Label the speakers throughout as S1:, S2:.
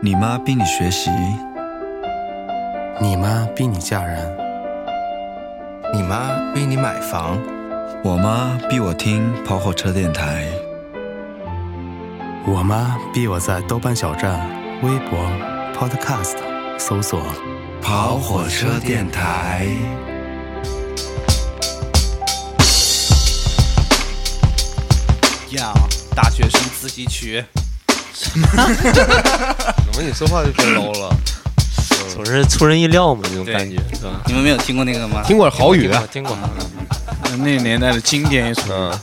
S1: 你妈逼你学习，
S2: 你妈逼你嫁人，
S3: 你妈逼你买房，
S1: 我妈逼我听跑火车电台，
S2: 我妈逼我在豆瓣小站、微博、Podcast 搜索
S1: 跑火车电台。
S4: 呀，大学生自习区，
S5: 怎么你说话就变 low 了？
S6: 总是出人意料嘛，这种
S4: 对
S6: 感觉是吧？
S4: 你们没有听过那个吗？
S5: 听过好雨，
S6: 我听过，
S7: 那个年代的经典一首。
S5: 嗯，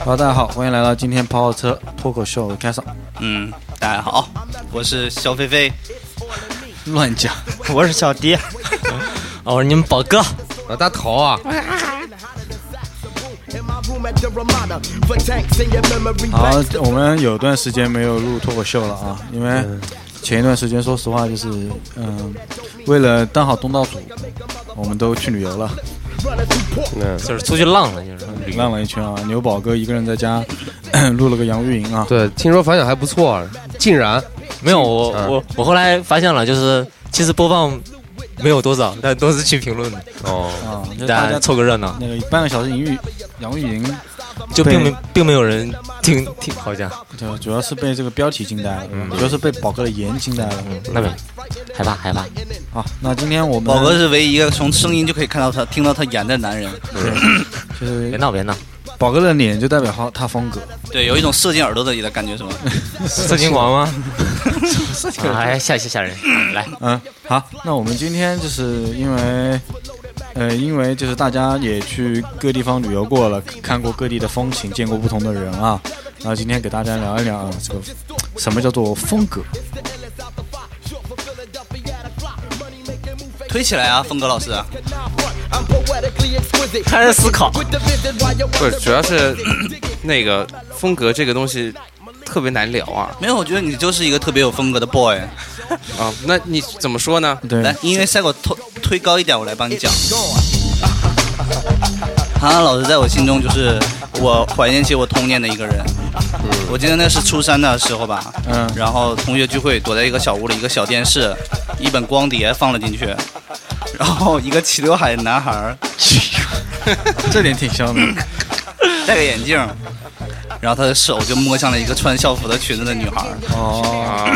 S7: Hello，大家好，欢迎来到今天跑跑车脱口秀的开场。
S4: 嗯，大家好，我是肖飞飞，
S7: 乱讲，
S6: 我是小迪，我是你们宝哥，
S5: 啊，大头啊，
S7: 好，我们有段时间没有录脱口秀了啊，因为前一段时间，说实话就是，嗯，为了当好东道主，我们都去旅游了，
S5: 嗯，
S6: 就是出去浪了，就是
S7: 浪了一圈啊。牛宝哥一个人在家 录了个洋芋营啊，
S5: 对，听说反响还不错，竟然
S6: 没有我
S5: 嗯
S6: 我我后来发现了，就是其实播放没有多少，但都是去评论的，
S5: 哦，
S7: 啊，就是
S6: 大
S7: 大
S6: 家
S7: 家
S6: 凑个热闹，
S7: 那个半个小时营芋洋芋营，
S6: 就并没
S7: 对
S6: 并没有人听听，好像
S7: 就主要是被这个标题惊呆了，
S6: 嗯
S7: 主要是被宝哥的言惊呆了。
S6: 那边害怕害怕，
S7: 好，那今天
S6: 嗯
S7: 我们
S4: 宝哥是唯一一个从声音就可以看到他、听到他演的男人。
S7: 就是
S6: 别闹别闹，
S7: 宝哥的脸就代表他他风格，
S4: 对，有一种射进耳朵里的感觉，是吗？
S6: 色情狂 吗？哎，吓吓吓人！来，
S7: 嗯，好，那我们今天就是因为，呃，因为就是大家也去各地方旅游过了，看过各地的风情，见过不同的人啊，然后今天给大家聊一聊啊，这个什么叫做风格？
S4: 推起来啊，峰哥老师，
S6: 开始思考，
S3: 不是，主要是 那个风格这个东西特别难聊啊
S4: 没有，我觉得你就是一个特别有风格的 boy。
S3: 啊！那你怎么说呢？
S7: 对，
S4: 来，音乐赛给我推推高一点，我来帮你讲。 韩寒老师在我心中就是我怀念起我童年的一个人。我记得那是初三的时候吧，
S7: 嗯
S4: 然后同学聚会，躲在一个小屋里，一个小电视，一本光碟放了进去，然后一个齐刘海的男孩儿
S7: 这点挺像的，
S4: 戴个眼镜，然后他的手就摸向了一个穿校服的裙子的女孩儿。
S7: 哦，
S3: 啊，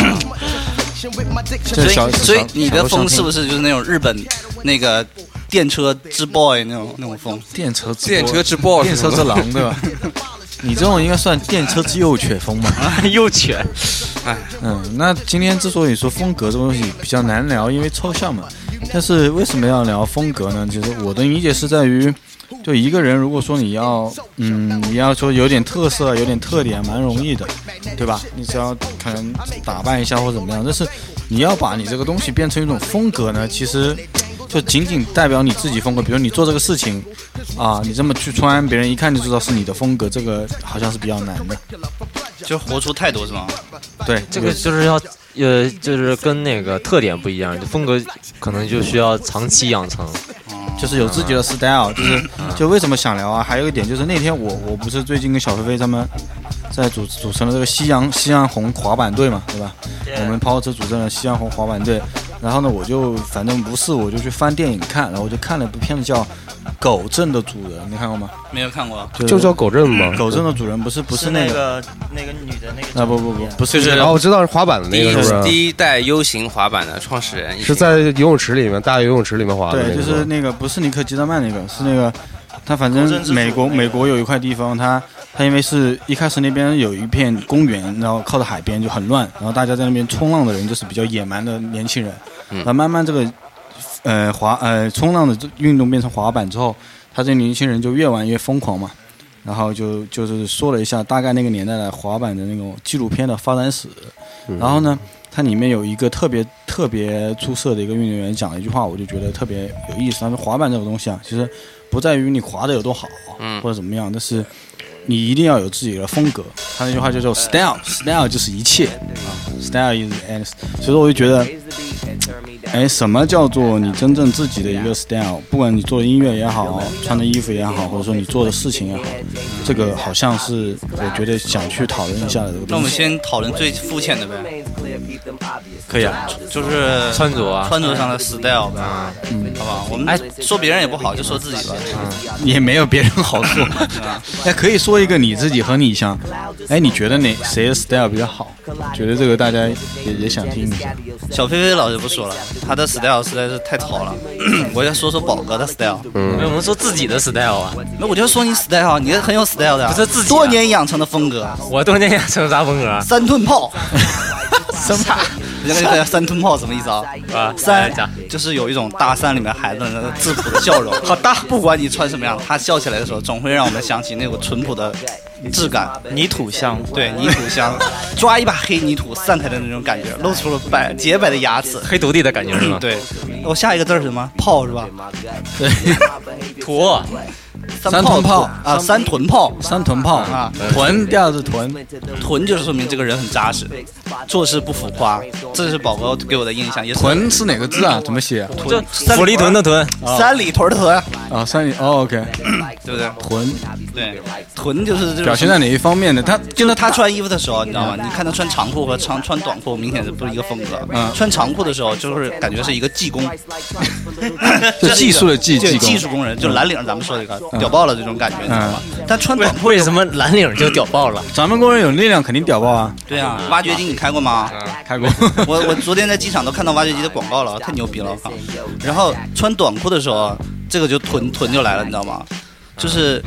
S7: 这
S4: 所
S7: 哦小
S4: 以，所以你的风是不
S7: 是
S4: 是就是那种日本那个电车之 boy 那种那种风？
S7: 电车之
S3: 电车之 boss，
S7: 电车之狼对吧？你这种应该算电车之幼犬风吧？
S6: 又犬，
S7: 嗯，那今天之所以说风格这个东西比较难聊，因为抽象嘛。但是为什么要聊风格呢？其实我的理解是在于，就一个人如果说你要，嗯，你要说有点特色、啊有点特点，蛮容易的，对吧？你只要可能打扮一下或怎么样，但是你要把你这个东西变成一种风格呢，其实。就仅仅代表你自己风格，比如你做这个事情，啊，你这么去穿，别人一看就知道是你的风格，这个好像是比较难的。
S4: 就活出态度是吗？
S7: 对，
S6: 这个就是要呃，就是跟那个特点不一样，就风格可能就需要长期养成。
S7: 就是有自己的 style，就是啊
S8: 嗯
S7: 就为什么想聊啊？还有一点就是那天我我不是最近跟小飞飞他们在组组成了这个西洋西洋红滑板队嘛，对吧？我们抛车组成了西洋红滑板队，然后呢，我就反正无事我就去翻电影看，然后我就看了一部片子叫《狗镇的主人》，你看过吗？
S4: 没有看过，
S5: 就叫狗镇嘛
S7: 《狗镇的主人》，不是不是那个
S8: 个那个女的那个
S7: 啊不不不不是
S3: 就是
S5: 哦，我知道是滑板的
S3: 第
S5: 那
S3: 一
S5: 个，是不是？
S3: 第一代 U 型滑板的创始人
S5: 是在游泳池里面，大游泳池里面滑的那
S7: 对，
S5: 个，
S7: 就是那个不是尼克基德曼那个，是那个他反正美国美国有一块地方，他他因为是一开始那边有一片公园，然后靠着海边就很乱，然后大家在那边冲浪的人就是比较野蛮的年轻人，
S5: 嗯
S7: 然后慢慢这个呃滑呃冲浪的这运动变成滑板之后，他这年轻人就越玩越疯狂嘛。然后就就是说了一下大概那个年代的滑板的那种纪录片的发展史，然后呢，它里面有一个特别特别出色的一个运动员讲了一句话，我就觉得特别有意思。他说滑板这个东西啊，其实不在于你滑的有多好，啊
S4: 嗯
S7: 或者怎么样，但是你一定要有自己的风格。他那句话 就叫 style，style 就是一切啊，style is and。所以说，我就觉得哎，什么叫做你真正自己的一个 style？不管你做音乐也好，穿的衣服也好，或者说你做的事情也好，这个好像是我觉得想去讨论一下的这个
S4: 那我
S7: 东
S4: 们
S7: 西。
S4: 先讨论最肤浅的呗，
S7: 可以啊，
S4: 就是
S6: 穿着啊
S4: 穿着上的 style 呗，嗯，好吧，我们哎说别人也不好，就说自己吧，
S7: 也没有别人好说。哎，可以说一个你自己和你像，哎，你觉得哪谁的 style 比较好？觉得这个大家也也想听一下。
S4: 小飞飞老师不说了，他的 style 实在是太糙了， 我要说说宝哥的 style。
S6: 没有我们说自己的 style 啊，
S4: 那我就说你 style，你是很有 style 的啊，
S6: 不是自己啊
S4: 多年养成的风格，
S6: 我多年养成啥风格啊？
S4: 三吨炮，三啥？人家叫三吨炮什么意思啊？
S6: 啊
S4: 三
S6: 讲
S4: 就是有一种大山里面孩子那个质朴的笑容， 好大。不管你穿什么样，他笑起来的时候，总会让我们想起那股淳朴的质感。
S8: 泥土香，
S4: 嗯对，泥土香， 抓一把黑泥土散开的那种感觉，露出了白洁白的牙齿。
S6: 黑徒弟的感觉是 吗？，
S4: 对，我下一个字儿是什么？炮是吧？
S6: 土
S4: 三
S7: 三
S4: 炮
S7: 臀炮
S4: 啊，三臀炮，
S7: 三臀炮
S4: 啊
S7: 臀第二是臀，
S4: 臀就是说明这个人很扎实，做事不浮夸，这是宝哥给我的印象。也是
S7: 臀是哪个字啊？怎么写啊？
S6: 就
S4: 臀，
S6: 火力臀的臀，
S4: 三里屯的臀，
S7: 啊，三里哦，OK，
S4: 对不对？
S7: 臀
S4: 对，臀就是这种
S7: 表现在哪一方面呢？他
S4: 就是他穿衣服的时候，你知道吗？你看他穿长裤和长穿短裤，明显是不是一个风格。嗯，穿长裤的时候就是感觉是一个技工，
S7: 就技术的技
S4: 对
S7: 技工嗯
S4: 技术工人， 就蓝领，咱们说这个屌爆了这种感觉，你知道吗？但穿短裤，
S6: 为什么蓝领就屌爆了？
S7: 咱们工人有力量，肯定屌爆啊！
S4: 对啊，挖掘机你开过吗？
S7: 开 过，
S4: 我我昨天在机场都看到挖掘机的广告了，太牛逼了！我靠！
S7: 嗯
S4: 然后穿短裤的时候，这个就臀臀就来了，你知道吗？就是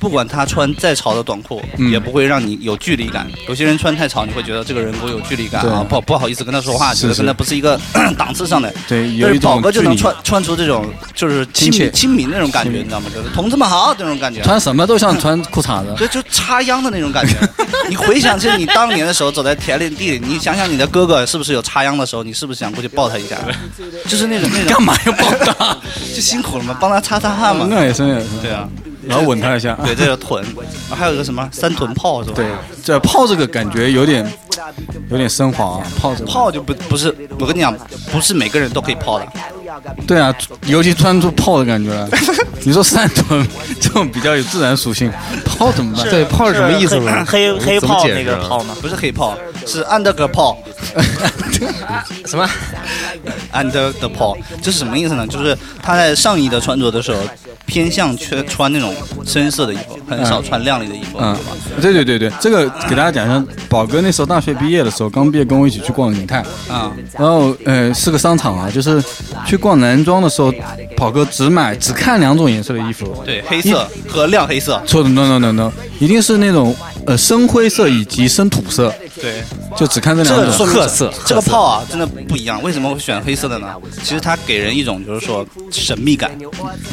S4: 不管他穿再潮的短裤，
S7: 嗯
S4: 也不会让你有距离感。有些人穿太潮，你会觉得这个人给我有距离感啊，
S7: 对
S4: 不不好意思跟他说话，
S7: 是
S4: 觉得
S7: 是
S4: 跟他不是一个 档次上的。
S7: 对，有
S4: 但
S7: 一
S4: 是宝
S7: 种
S4: 哥就
S7: 距
S4: 能
S7: 离
S4: 穿穿出这种就是亲
S7: 亲切
S4: 民亲民那种感觉，你知道吗？就是同志们好这种感觉。
S7: 穿什么都像穿裤 衩子。
S4: 对，就插秧的那种感觉。你回想起你当年的时候，走在田里地里，你想想你的哥哥是不是有插秧的时候，你是不是想过去抱他一下？就是那种那种干嘛要抱他？就辛苦了嘛，帮他擦擦汗嘛。
S7: 那也是，那也是
S4: 对啊，
S7: 然后吻他一下。
S4: 对，这叫臀，啊还有一个什么三臀炮是吧？
S7: 对，这泡这个感觉有点有点升华啊，泡这个。
S4: 炮就不不是，我跟你讲，不是每个人都可以泡的。
S7: 对啊，尤其穿出泡的感 觉来。你说三臀这种比较有自然属性，泡怎么办？
S5: 对，炮是什么意思呢？
S8: 黑
S5: 怎么
S8: 黑炮
S5: 解释
S8: 那个
S5: 啊
S8: 炮吗？
S4: 不是黑炮，是 under the 炮
S6: 什么？
S4: ，under the 炮，这是什么意思呢？就是他在上衣的穿着的时候，偏向穿穿那种深色的衣服，很少穿亮丽的衣服，
S7: 嗯
S4: 对吧？，
S7: 对对对对，这个给大家讲一下，宝哥那时候大学毕业的时候，刚毕业跟我一起去逛银泰，
S4: 啊、
S7: 然后呃是个商场啊，就是去逛男装的时候，宝哥只买只看两种颜色的衣服，
S4: 对，黑色和亮黑色，
S7: 错的 no no no no，一定是那种呃深灰色以及深土色，
S4: 对，
S7: 就只看这
S4: 这
S7: 两
S4: 个
S7: 种。
S4: 说明
S6: 褐色
S4: 这个炮啊，真的不一样。为什么会选黑色的呢？其实它给人一种就是说神秘感、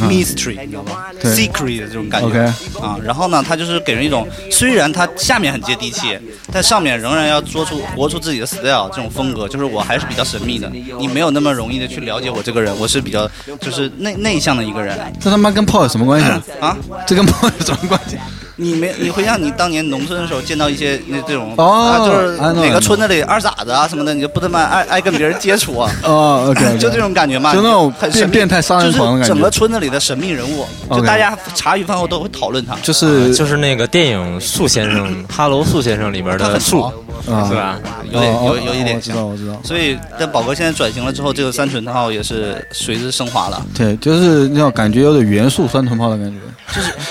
S4: m y s t e r y 你知道吗
S7: 对
S4: ？secret 的这种感觉
S7: OK
S4: 啊。然后呢，它就是给人一种，虽然它下面很接地气，但上面仍然要做出活出自己的 style 这种风格，就是我还是比较神秘的，你没有那么容易的去了解我这个人，我是比较就是内内向的一个人
S7: 这他妈跟泡有什么关系啊？
S4: 啊。
S7: 这跟泡有什么关系？
S4: 你没，你回想你当年农村的时候见到一些那这种、
S7: 哦
S4: 啊，就是
S7: 啊那
S4: 哪个村子里二傻子啊什么的，你就不他妈爱爱跟别人接触啊，
S7: 哦，OK，
S4: 就这种感觉嘛，
S7: 就那种
S4: 很
S7: 变
S4: 神秘
S7: 变态杀人狂的感
S4: 就是
S7: 觉
S4: 整个村子里的神秘人物，就
S7: OK
S4: 大家茶余饭后都会讨论他。
S7: 就是
S6: 就是那个电影《树先 生》《哈喽树先生》里边 的树，是吧？
S4: 有点
S7: 哦
S4: 有
S7: 哦
S4: 有一点
S7: 我知道
S4: 像
S7: 我知道
S4: 所以，但宝哥现在转型了之后，这个三醇号也是随之升 华了。啊
S7: 对，就是那种感觉有点元素酸臀泡的感觉。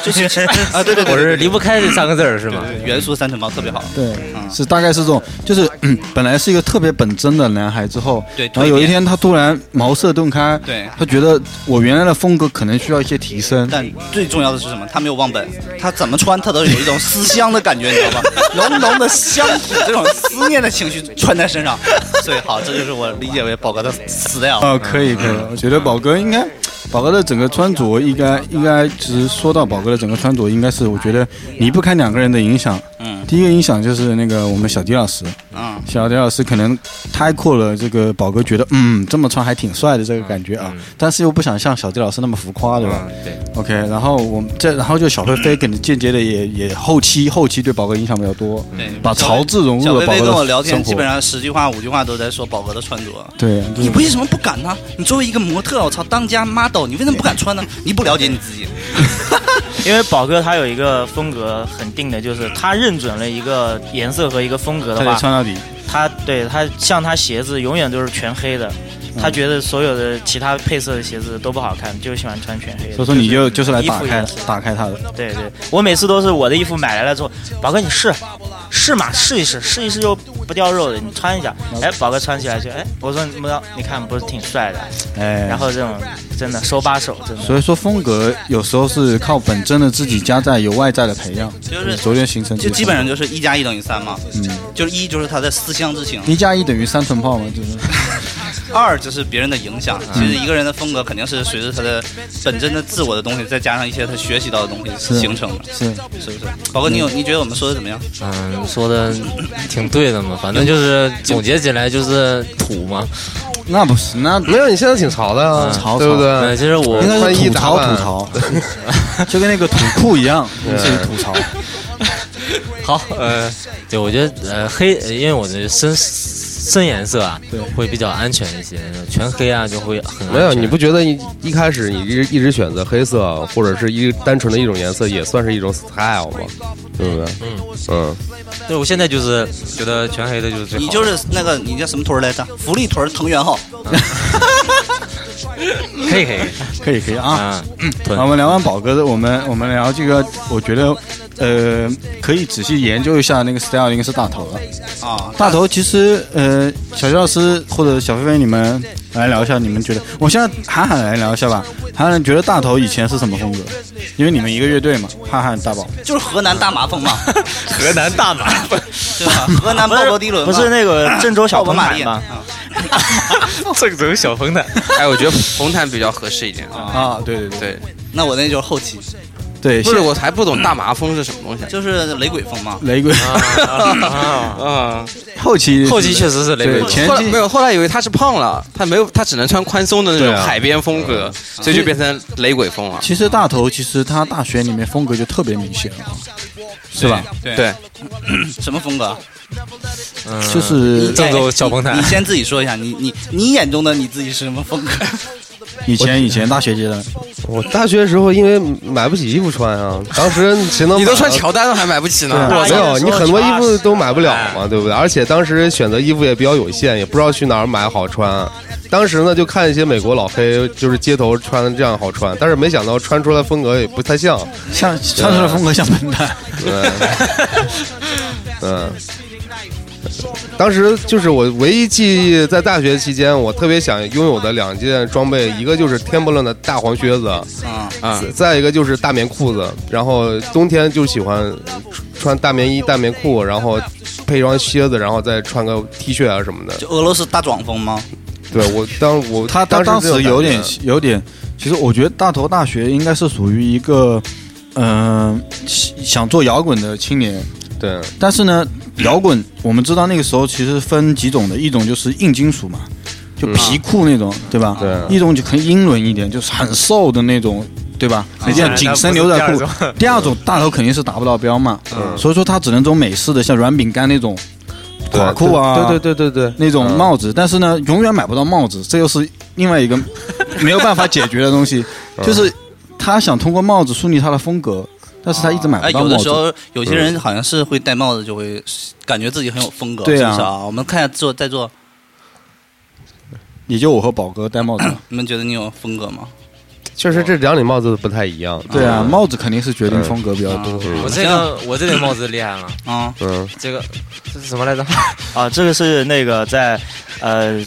S4: 就是啊，对对对，
S6: 我是离不开这三个字儿，是吗？
S4: 元素三醇包特别好。
S7: 对，
S4: 嗯
S7: 是大概是这种，就是、 嗯本来是一个特别本真的男孩，之后，
S4: 对
S7: 然后有一天他突然茅塞顿开，
S4: 对
S7: 他觉得我原来的风格可能需要一些提升，
S4: 但最重要的是什么？他没有忘本，他怎么穿他都有一种思乡的感觉，你知 道吧？浓浓的乡土这种思 念的情绪穿在身上，所以好，这就是我理解为宝哥的 style。
S7: 啊，可以可
S4: 嗯
S7: 以，我觉得宝哥应该，宝哥的整个穿着应该应该，其实说到宝哥的整个穿着，应该是我觉得离不开两个人的影响。
S4: 嗯
S7: 第一个影响就是那个我们小迪老师，
S4: 嗯，
S7: 小迪老师可能开阔了这个宝哥觉得嗯这么穿还挺帅的这个感觉
S4: 嗯
S7: 啊，但是又不想像小迪老师那么浮夸，对吧？
S6: 嗯，对，
S7: OK，然后我们这，然后就小飞飞可能间接的也也后期后期对宝哥影响比较多，
S4: 嗯对，
S7: 把
S4: 小
S7: 曹
S4: 薇
S7: 志融
S4: 小薇
S7: 入了宝
S4: 薇
S7: 哥
S4: 跟我
S7: 的
S4: 聊
S7: 生
S4: 天，
S7: 活
S4: 基本上十句话五句话都在说宝哥的穿着。
S7: 对，
S4: 你为什么不敢呢？你作为一个模特，我操，当家 model，你为什么不敢穿呢？ 你不了解你自己。
S8: 因为宝哥他有一个风格很定的，就是他认准了一个颜色和一个风格
S7: 他
S8: 的
S7: 得
S8: 话，
S7: 穿到底，
S8: 他对他像他鞋子永远都是全黑的，
S7: 嗯
S8: 他觉得所有的其他配色的鞋子都不好看，就喜欢穿全黑的。
S7: 所以说你就就是来
S8: 衣
S7: 打
S8: 服
S7: 开
S8: 也是
S7: 打开他的，
S8: 对对，我每次都是我的衣服买来了之后，宝哥你试试嘛，试一试，试一试又不掉肉的，你穿一下。
S7: 嗯
S8: 哎，宝哥穿起来就哎，我说你要你看不是挺帅的，
S7: 哎，
S8: 然后这种真的手把手，真的
S7: 所以说风格有时候是靠本真的自己加在有外在的培养，
S4: 就是
S7: 逐渐形成自己
S4: 就
S7: 的风格，
S4: 基本上就是一加一等于三嘛，
S7: 嗯
S4: 就是一就是他的思乡之情，
S7: 一加一等于三臀炮嘛，就是
S4: 二就是别人的影响。
S7: 嗯
S4: 其实一个人的风格肯定是随着他的本真的自我的东西，再加上一些他学习到的东西
S7: 是
S4: 形成的，
S7: 是
S4: 是不是？宝哥，你有你觉得我们说的怎么样？
S6: 嗯，说的挺对的嘛，反正就是总结起来就是土嘛。
S7: 那不是那
S5: 没有，你现在挺潮的啊，
S6: 嗯
S5: 对不对
S6: 嗯，？其实我
S5: 应该
S7: 那
S5: 穿
S7: 是
S5: 衣
S7: 吐
S5: 打
S7: 槽
S5: 扮
S7: 吐槽， 就跟那个土库一样，自己吐槽，
S6: 好，呃，对，我觉得呃黑，呃因为我的深深颜色啊，会比较安全一些，全黑啊就会很安全
S5: 没有，你不觉得一一开始你一直一直选择黑色，或者是一单纯的一种颜色，也算是一种 style 吗？对不对？
S6: 嗯，
S5: 嗯，
S6: 对我现在就是觉得全黑的就是最好的
S4: 你就是那个你叫什么屯儿来着？福利屯儿藤原浩。
S6: 黑黑
S7: 可以可以啊。
S6: 啊，
S7: 啊
S6: 对
S7: 我们聊完宝哥的，我们我们聊这个，我觉得，呃，可以仔细研究一下那个 style，应该是大头了。
S4: 啊，
S7: 大头其实，呃，小徐老师或者小飞飞，你们来聊一下，你们觉得，我现在韩寒来聊一下吧。韩寒觉得大头以前是什么风格？因为你们一个乐队嘛，憨憨大宝。
S4: 就是河南大麻风嘛，
S6: 河南大马，
S4: 对 吧？河南鲍勃迪伦
S8: 不
S4: 嘛
S8: 是那个郑州 小
S4: 鲍勃
S8: 鹏
S4: 马
S8: 坦
S4: 利
S8: 吗？
S4: 啊
S6: 郑州小风的，
S3: 哎，我觉得红毯比较合适一点。
S7: 啊，对对对
S3: 对，
S4: 那我那就是后期，
S7: 对，
S3: 不
S7: 现
S3: 是，我还不懂大麻风是什么东西
S4: 就是雷鬼风嘛。
S7: 雷鬼
S3: 啊。
S7: 后期
S6: 后期确实是雷鬼
S7: 对
S6: 风，
S7: 前
S3: 后来
S7: 期
S3: 没有，后来以为他是胖了，他没有，他只能穿宽松的那种
S7: 对啊
S3: 海边风格，所以就变成雷鬼风了。
S7: 其实大头其实他大学里面风格就特别明显了，是吧？
S4: 对
S3: 对，
S4: 什么风格？
S6: 嗯
S7: 就是
S6: 郑州小
S4: 鹏
S6: 鹏
S4: 坦，
S6: 坦
S4: 你 先自己说一下，你你你眼中的你自己是什么风格？
S7: 以前以前大学阶段，
S5: 我大学的时候因为买不起衣服穿啊，当时谁能买啊
S3: 你都穿乔丹了还买不起
S8: 嗯
S3: 呢？
S7: 对
S5: 我没有，
S8: 大一的时候
S5: 你很多衣服都买不了嘛，对不对？而且当时选择衣服也比较有限，也不知道去哪儿买好穿。当时呢，就看一些美国老黑，就是街头穿的这样好穿，但是没想到穿出来风格也不太像。
S7: 像穿出来风格像笨蛋。
S5: 嗯，嗯，当时就是我唯一记忆，在大学期间，我特别想拥有的两件装备，一个就是天不冷的大黄靴子，
S4: 啊，
S3: 啊，
S5: 再一个就是大棉裤子，然后冬天就喜欢穿大棉衣、大棉裤，然后配一双靴子，然后再穿个 T 恤啊什么的。
S4: 就俄罗斯大壮风吗？
S5: 对我当我
S7: 他他当
S5: 当
S7: 时
S5: 时
S7: 有点有点，其实我觉得大头大学应该是属于一个，嗯、想想做摇滚的青年，
S5: 对
S7: 但是呢，摇滚我们知道那个时候其实分几种的，一种就是硬金属嘛，就皮裤那种，对吧？
S5: 对
S7: 一种就可能英伦一点，就是很瘦的那种，对吧？你像紧身牛仔裤。 第二种大头肯定是达不到标嘛，
S5: 嗯
S7: 所以说他只能走美式的，像软饼干那种垮裤啊，
S5: 对对对对对，
S7: 那种帽子，但是呢，永远买不到帽子，这又是另外一个没有办法解决的东西。就是他想通过帽子树立他的风格，但是他一直买
S4: 哎，
S7: 不到
S4: 有
S7: 帽
S4: 的时
S7: 子。
S4: 候有些人好像是会戴帽子，就会感觉自己很有风格，
S7: 对啊
S4: 是不是啊？我们看一下座在座，
S7: 也就我和宝哥戴帽子。
S4: 你们觉得你有风格吗？
S5: 确实这两顶帽子不太一样。
S7: 对啊，帽子肯定是决定风格比较多。
S5: 嗯
S6: 我这个我这顶帽子厉害了，
S4: 啊，
S5: 嗯，
S6: 这个这是什么来着？
S8: 啊，这个是那个在呃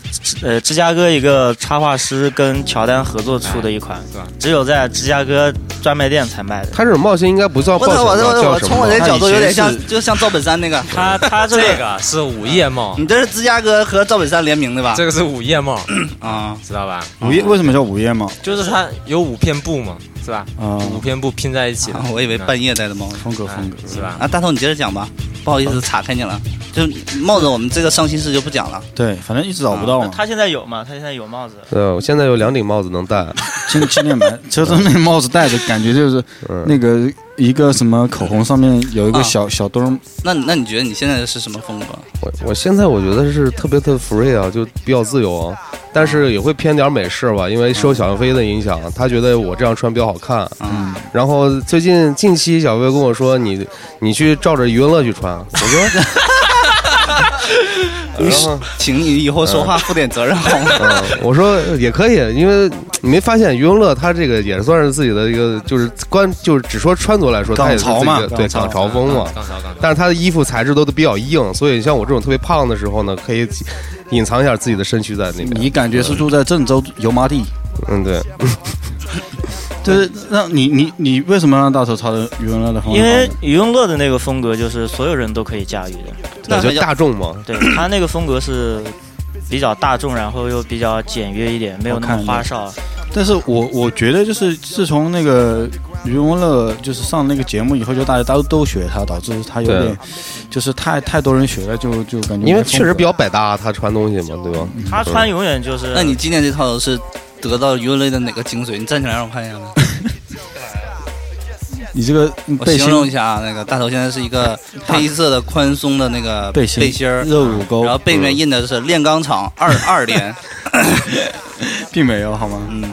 S8: 呃芝加哥一个插画师跟乔丹合作出的一款，
S6: 是吧
S8: 只有在芝加哥专卖店才卖的。
S5: 他这种帽型应该不算
S4: 我
S5: 报
S4: 操，
S5: 警
S4: 我
S5: 吧，
S4: 我
S5: 叫
S4: 我
S5: 什
S4: 从
S5: 么
S4: 我
S5: 帽
S4: 这
S5: 子？
S4: 角度有点
S7: 他以
S4: 像
S7: 前，
S4: 就像赵本山那个，
S6: 他他这个是午夜帽，
S4: 你这是芝加哥和赵本山联名的吧？
S6: 这个是午夜帽，
S4: 啊，
S6: 知道吧？
S7: 午夜为什么叫午夜帽？
S6: 就是它有五片布嘛，是吧？
S7: 啊，
S6: 五片布拼在一起的
S4: 啊。我以为
S6: 嗯哎
S4: 半夜戴的帽子。
S7: 风格风格。
S6: 是吧？
S4: 啊，大头你接着讲吧。不好意思岔开你了，就冒着我们这个伤心事就不讲了。
S7: 对，反正一直找不到嘛。
S8: 他现在有吗？他现在有帽子，
S5: 呃，我现在有两顶帽子能戴，
S7: 今今天买，就是那帽子戴着，感觉就是那个一个什么口红上面有一个小小兜儿，
S4: 那那你觉得你现在是什么风格？
S5: 我我现在我觉得是特别的 free 啊，就比较自由啊，但是也会偏点美式吧，因为受小飞的影响，他觉得我这样穿比较好看。
S4: 嗯，
S5: 然后最近近期小飞跟我说你你去照着余文乐去穿，我说
S4: 你是呃请你以后说话负点责任好吗？
S5: 嗯，我说也可以，因为你没发现余文乐他这个也算是自己的一个就是关就是只说穿着来说，他也是自己
S7: 港潮
S5: 的
S7: 嘛
S5: 对港潮风嘛，
S6: 刚才刚才
S5: 但是他的衣服材质都比较硬，所以像我这种特别胖的时候呢，可以隐藏一下自己的身躯在那边。
S7: 你感觉是住在郑州油麻地，
S5: 嗯，对，
S7: 就是让你你你为什么让大头朝着余文乐的方向
S5: 嗯
S7: 跑呢？
S8: 因为余文乐的那个风格就是所有人都可以驾驭的，
S4: 那
S5: 我觉
S4: 还
S5: 得
S4: 叫
S5: 大众嘛，
S8: 对他那个风格是比较大众，然后又比较简约一点，没有那么花哨。
S7: 但是我我觉得就是自从那个余文乐就是上那个节目以后，就大家都都学他，导致他有
S5: 对
S7: 点就是太太多人学了，就就感觉
S5: 因为
S7: 没风
S5: 确实
S7: 格
S5: 比较百搭，他穿东西嘛，对吧？嗯
S8: 他穿永远就是，
S4: 那你今年这套是得到娱乐类的哪个精髓？你站起来让我看一下吧。
S7: 你这个
S4: 我
S7: 背
S4: 形
S7: 心
S4: 容一下啊，那个大头现在是一个黑色的宽松的那个
S7: 背心
S4: 背心儿，嗯
S7: 热嗯乳沟
S4: 然后背面印的是炼钢厂二二连，
S7: 并没有好吗？
S4: 嗯，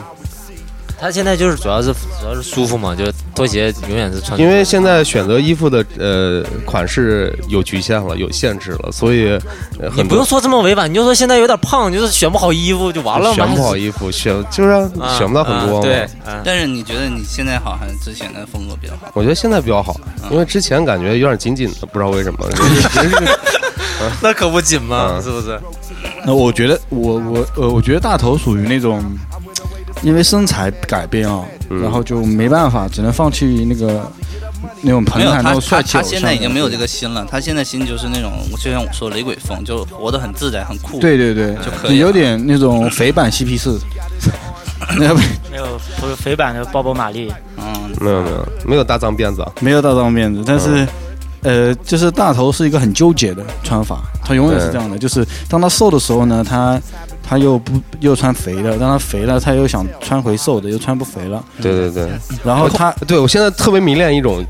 S6: 他现在就是主要是主要是舒服嘛，就是拖鞋永远是穿。
S5: 因为现在选择衣服的呃款式有局限了，有限制了，所以
S6: 你
S5: 呃很
S6: 不用
S5: 多
S6: 说这么委婉，你就说现在有点胖，你就是选不好衣服就完了嘛。
S5: 选不好衣服，选就是啊
S6: 啊
S5: 选不到很多
S6: 啊
S5: 嘛。
S6: 对，啊
S4: 但是你觉得你现在好还是之前的风格比较好？
S5: 我觉得现在比较好，
S6: 啊
S5: 因为之前感觉有点紧紧的，不知道为什么。就是
S6: 那可不紧嘛，
S5: 嗯
S6: 是不是？
S7: 那我觉得我我呃，我觉得大头属于那种因为身材改变啊、
S5: 嗯
S7: 然后就没办法，只能放弃那个那种
S4: 没
S7: 彭
S4: 有
S7: 坦那
S4: 他
S7: 种
S4: 他
S7: 帅气
S4: 他
S7: 偶像
S4: 现在已经没有这
S7: 的
S4: 个心了，他现在心就是那种，就像我说雷鬼风，就活得很自在，很酷。
S7: 对对对，
S4: 就可以
S7: 你有
S4: 了
S7: 点那种肥版 CP 四。那不
S8: 没有不是肥版的鲍勃·马利，
S4: 嗯，
S5: 没有没有没有大脏辫子啊，
S7: 没有大头面子，但
S3: 嗯
S7: 是、呃，就是大头是一个很纠结的穿法，他永远是这样的，就是当他瘦的时候呢，他他又不又穿肥的，当他肥了，他又想穿回瘦的，又穿不肥了，
S5: 对对对。
S3: 嗯
S7: 然后他。
S5: 对我现在特别迷恋一种，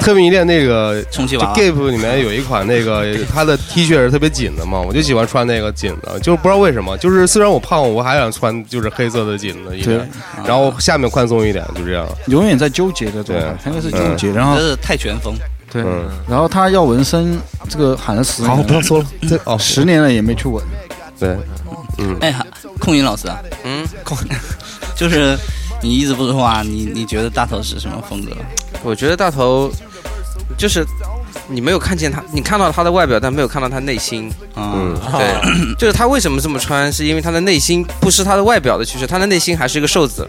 S5: 特别迷恋那个
S4: 充气
S5: 就
S4: 娃娃
S5: Gap 里面有一款那个，它的 T 恤是特别紧的嘛，我就喜欢穿那个紧的，就是不知道为什么，就是虽然我胖，我还想穿就是黑色的紧的一点，然后下面宽松一点，就这样。
S7: 永远在纠结的状态
S5: 对，
S7: 他应该是纠
S3: 嗯
S7: 结。然后
S4: 这是泰拳风，
S7: 对
S5: 嗯，
S7: 然后他要纹身，这个喊了十年了，
S5: 说了，这哦
S7: 十年了也没去纹。
S5: 对，
S4: 哎呀，控云老师啊，
S3: 嗯，
S4: 就是你一直不说话，你你觉得大头是什么风格？
S3: 我觉得大头就是你没有看见他，你看到他的外表，但没有看到他内心。
S4: 嗯
S5: 嗯，
S3: 对，就是他为什么这么穿，是因为他的内心不是他的外表的趋势，他的内心还是一个瘦子。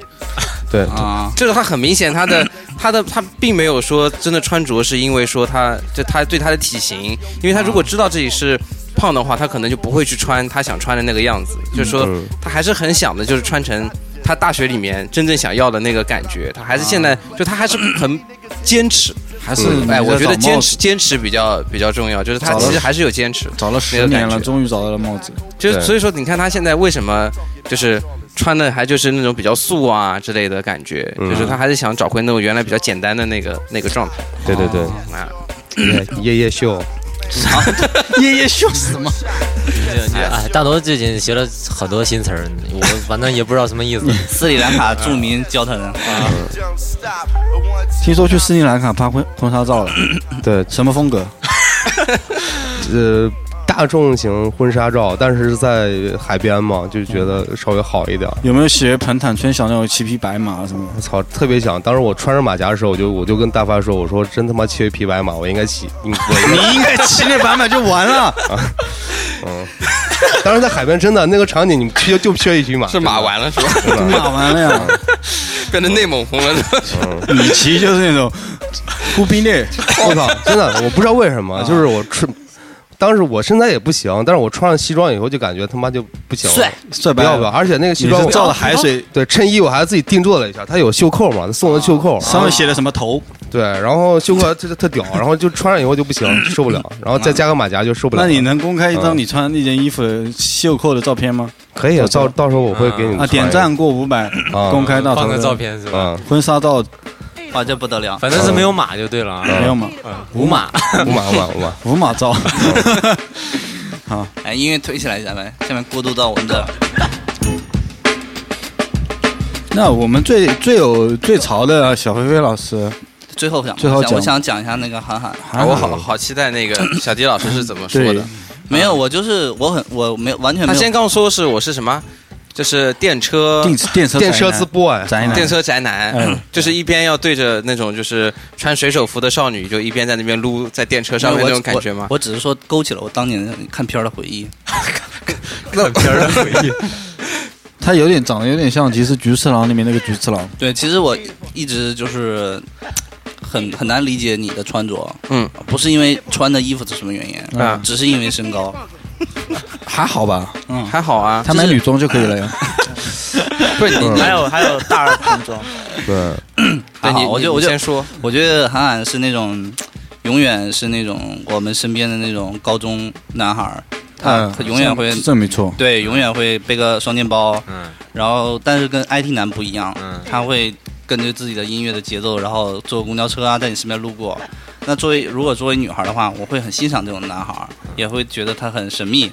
S5: 对，
S4: 啊，
S3: 这个他很明显，他的他的他并没有说真的穿着是因为说他就他对他的体型，因为他如果知道自己是胖的话，他可能就不会去穿他想穿的那个样子，就是说
S5: 嗯
S3: 他还是很想的，就是穿成他大学里面真正想要的那个感觉，他还是现在就他还是很坚持。还
S7: 是嗯你
S3: 哎，
S7: 在
S3: 我觉
S7: 找
S3: 得
S7: 帽
S3: 坚
S7: 子
S3: 持坚持比较比较重要，就是他
S7: 找
S3: 其
S7: 到
S3: 实还是有坚持，
S7: 找了
S3: 那
S7: 十
S3: 个感
S7: 年了，
S3: 觉
S7: 终于找到了帽子。
S3: 就是
S5: 对
S3: 所以说，你看他现在为什么就是穿的还就是那种比较素啊之类的感觉，
S5: 嗯
S3: 就是他还是想找回那种原来比较简单的那个那个状态
S5: 对对对，
S3: 啊。
S5: 夜夜秀，
S7: 爷爷笑死吗？
S6: 哎，大头最近学了好多新词儿，我反正也不知道什么意思。
S4: 斯里兰卡著 名教他人，
S7: 听说去斯里兰卡拍婚婚纱照了，
S5: 对，
S7: 什么风格？
S5: 呃。大众型婚纱照，但是在海边嘛，就觉得稍微好一点。
S7: 有没有学彭坦春晓那种骑匹白马啊什么的？
S5: 我操，特别想！当时我穿着马甲的时候，我就我就跟大发说：“我说真他妈骑一匹白马，我应该骑，我应该。嗯
S7: 你应该骑那白马就完 了。
S5: 当时在海边真的那个场景，你缺就缺一匹马，
S3: 是马完了是吧？
S5: 真的，
S7: 马完了呀，
S3: 变成内蒙红了。
S7: 你骑就是那种忽必烈，
S5: 我操，真的，我不知道为什
S3: 啊
S5: 么，就是我穿，当时我身材也不行，但是我穿上西装以后就感觉他妈就不行了
S4: 帅，
S7: 帅
S5: 不
S7: 白
S5: 要不要，
S7: 了。
S5: 而且那个西
S7: 你
S5: 装
S7: 是
S5: 我
S7: 照着海水啊
S5: 对衬衣我还自己定做了一下，它有袖扣嘛，送的袖扣，啊
S7: 上面写的什么头？
S5: 对，然后休克特特屌，然后就穿上以后就 不行，受不了，然后再加个马甲就受不了
S7: 那
S5: 了。
S7: 你能公开一张你穿那件衣服的袖扣的照片吗？
S5: 可以啊，到到时候我会给你
S7: 啊，
S5: 传
S7: 点赞过五百，
S5: 啊
S7: 公开到
S6: 放
S7: 头
S6: 个
S7: 的
S6: 照片是吧？
S5: 啊，
S7: 婚纱照
S4: 啊，这不得了，
S6: 反正是没有码就对了啊，
S7: 嗯没有吗？
S6: 无码。
S5: 五马五马 五马，
S7: 无码照，
S4: 哎，音乐推起来，咱们下面过渡到我们的
S7: 那我们最最有最潮的小飞飞老师，
S4: 最后想，
S7: 最后
S4: 我想我
S7: 讲
S4: 想讲一下那个韩寒，
S3: 啊 我好好期待那个小迪老师是怎么说
S7: 对
S3: 的。，
S4: 没有，我就是我很我没有完全
S3: 他
S4: 没有
S3: 先刚说是我是什么，就是电车
S7: 电电车
S5: 电车
S7: 宅
S5: 自
S7: 男
S4: 啊
S5: boy，
S7: 宅男，
S3: 电车宅男，
S7: 嗯
S3: 就是一边要对着那种就是穿水手服的少女，就一边在那边撸在电车上面
S4: 我
S3: 那种感觉
S4: 我
S3: 吗？
S4: 我只是说勾起了我当年看片儿的回忆。
S3: 那片儿的回忆，
S7: 他有点长得有点像《即是菊次郎》里面那个菊次郎，
S4: 对，其实我一直就是很很难理解你的穿着，
S3: 嗯，
S4: 不是因为穿的衣服是什么原因，
S3: 啊
S4: 只是因为身高。
S7: 还好吧？
S3: 还好啊，
S7: 他买女装就可以了呀。
S3: 不是
S7: 嗯
S5: 嗯
S3: 你，你
S8: 还有还有大二童装，
S5: 对，
S3: 对
S4: 还
S3: 你
S4: 好我
S3: 你
S4: 就我
S3: 你
S4: 就
S3: 先说，
S4: 我觉得韩寒是那种永远是那种我们身边的那种高中男孩儿，他、
S7: 嗯
S4: 他永远会
S7: 是这没错。
S4: 对，永远会背个双肩包，
S6: 嗯
S4: 然后但是跟 IT 男不一样，
S6: 嗯
S4: 他会根据自己的音乐的节奏，然后坐公交车啊，在你身边路过。那作为如果作为女孩的话，我会很欣赏这种男孩儿，
S3: 嗯
S4: 也会觉得他很神秘，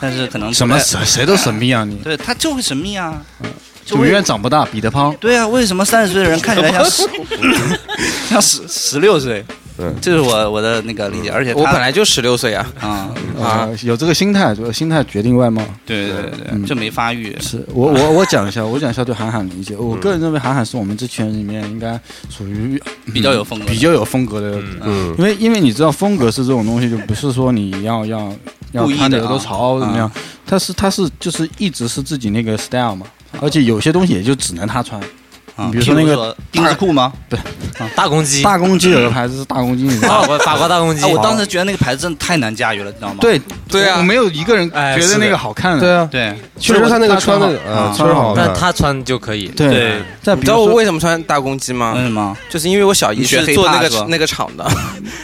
S4: 但是可能
S7: 什么
S4: 不太
S7: 谁谁都神秘啊你！
S4: 对他就会神秘啊，就
S7: 永
S4: 会
S7: 远长不大，彼得潘。
S4: 对啊，为什么三十岁的 人看起来像十 像十十六岁？
S5: 嗯
S4: 这是我我的那个理解，而且他
S3: 嗯我本来就十六岁啊，
S4: 啊、
S3: 啊
S7: 啊，有这个心态，心态决定外貌。
S4: 对对对对，
S7: 嗯
S4: 就没发育，
S7: 是我我我讲一下，我讲一下对韩寒的理解。我个人认为韩寒是我们这群人里面应该属于
S4: 比较有风格的，
S7: 比较有风格的，啊
S5: 嗯
S7: 因为因为你知道风格是这种东西，就不是说你要要要
S4: 故意的
S7: 穿的有多
S4: 啊
S7: 潮怎么样，他是他是就是一直是自己那个 style 嘛，而且有些东西也就只能他穿。
S4: 啊，
S7: 比如说那个
S4: 丁字裤吗？
S6: 大公鸡，
S7: 大公鸡有个牌子是大公鸡，你知道
S6: 法
S7: 吗？
S6: 国法国大公鸡
S4: 啊，，我当时觉得那个牌子真的太难驾驭了，你知道吗？
S7: 对
S3: 对啊
S7: 我没有一个人
S6: 哎
S7: 觉
S6: 是
S7: 得
S6: 的
S7: 那个好看的。
S5: 对啊，
S4: 对，
S5: 确实他那个穿的
S7: 就是我
S5: 啊，
S7: 他
S5: 确实好
S6: 但
S5: 看。
S6: 他穿就可以。
S7: 对
S4: 对
S7: 再
S3: 你
S7: 比
S3: 知道
S7: 如
S3: 我
S7: 说，嗯
S3: 为什么穿大公鸡吗？
S4: 为什么？
S3: 就是因为我小姨
S4: 你学
S3: 是
S4: 黑
S3: 做那
S4: 怕是
S3: 个
S4: 吧
S3: 那个厂的，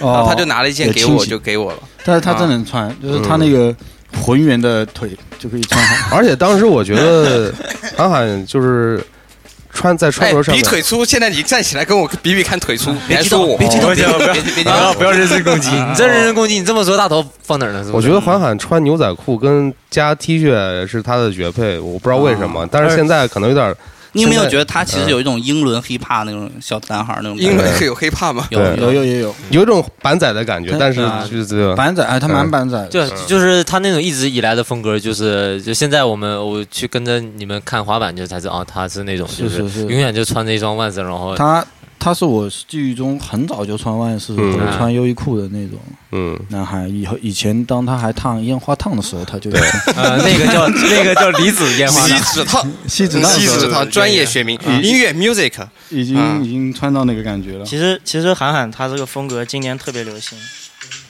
S3: 然
S7: 哦
S3: 后，他就拿了一件
S7: 也
S3: 给
S7: 清
S3: 我，
S7: 晰
S3: 就给我了。
S7: 但是他真能穿，就是他那个浑圆的腿就可以穿 好。
S5: 而且当时我觉得韩寒就是穿在穿
S3: 哎
S5: 着，上
S3: 比
S5: 面，
S3: 腿粗，现在你站起来跟我比比看腿粗，你还说我？
S4: 别激动，
S6: 我
S4: 别
S6: 觉得
S4: 别别激
S6: 不要
S4: 动，
S6: 不要人身攻击，
S4: 啊
S6: 你这人身攻击，你这么说大头放哪儿呢？是不
S5: 我
S6: 是
S5: 觉得韩寒穿牛仔裤跟加 T 恤是他的绝配，我不知道为什
S7: 啊
S5: 么，但是现在可能有点
S4: 你有没有觉得他其实有一种英伦 hiphop 那种小男孩那种感觉？
S3: 英 文有黑怕吗？
S4: 有
S5: 对
S7: 有有也有
S5: 有一种板仔的感觉
S7: 对，
S5: 但是
S7: 啊
S5: 就是
S7: 板仔，哎，他蛮
S5: 嗯
S7: 板仔。
S6: 对，就是他那种一直以来的风格，就是就现在我们我去跟着你们看滑板，就才知道哦，他是那种就是
S7: 是是
S6: 永远就穿着一双万斯，然后
S7: 他他是我记忆中很早就穿万事、
S5: 嗯
S7: 不穿优衣库的那种
S5: 嗯，
S7: 男孩。以后以前当他还烫烟花烫的时候，他就
S6: 呃那个叫那个叫离子烟花
S3: 锡
S6: 呢，
S3: 纸烫，
S7: 锡纸烫的
S3: 锡
S7: 时候
S3: 纸烫，专业学名，
S7: 嗯
S3: 音乐 music。
S7: 已
S3: 啊
S7: 经已经穿到那个感觉了。
S8: 其实其实韩寒他这个风格今年特别流行，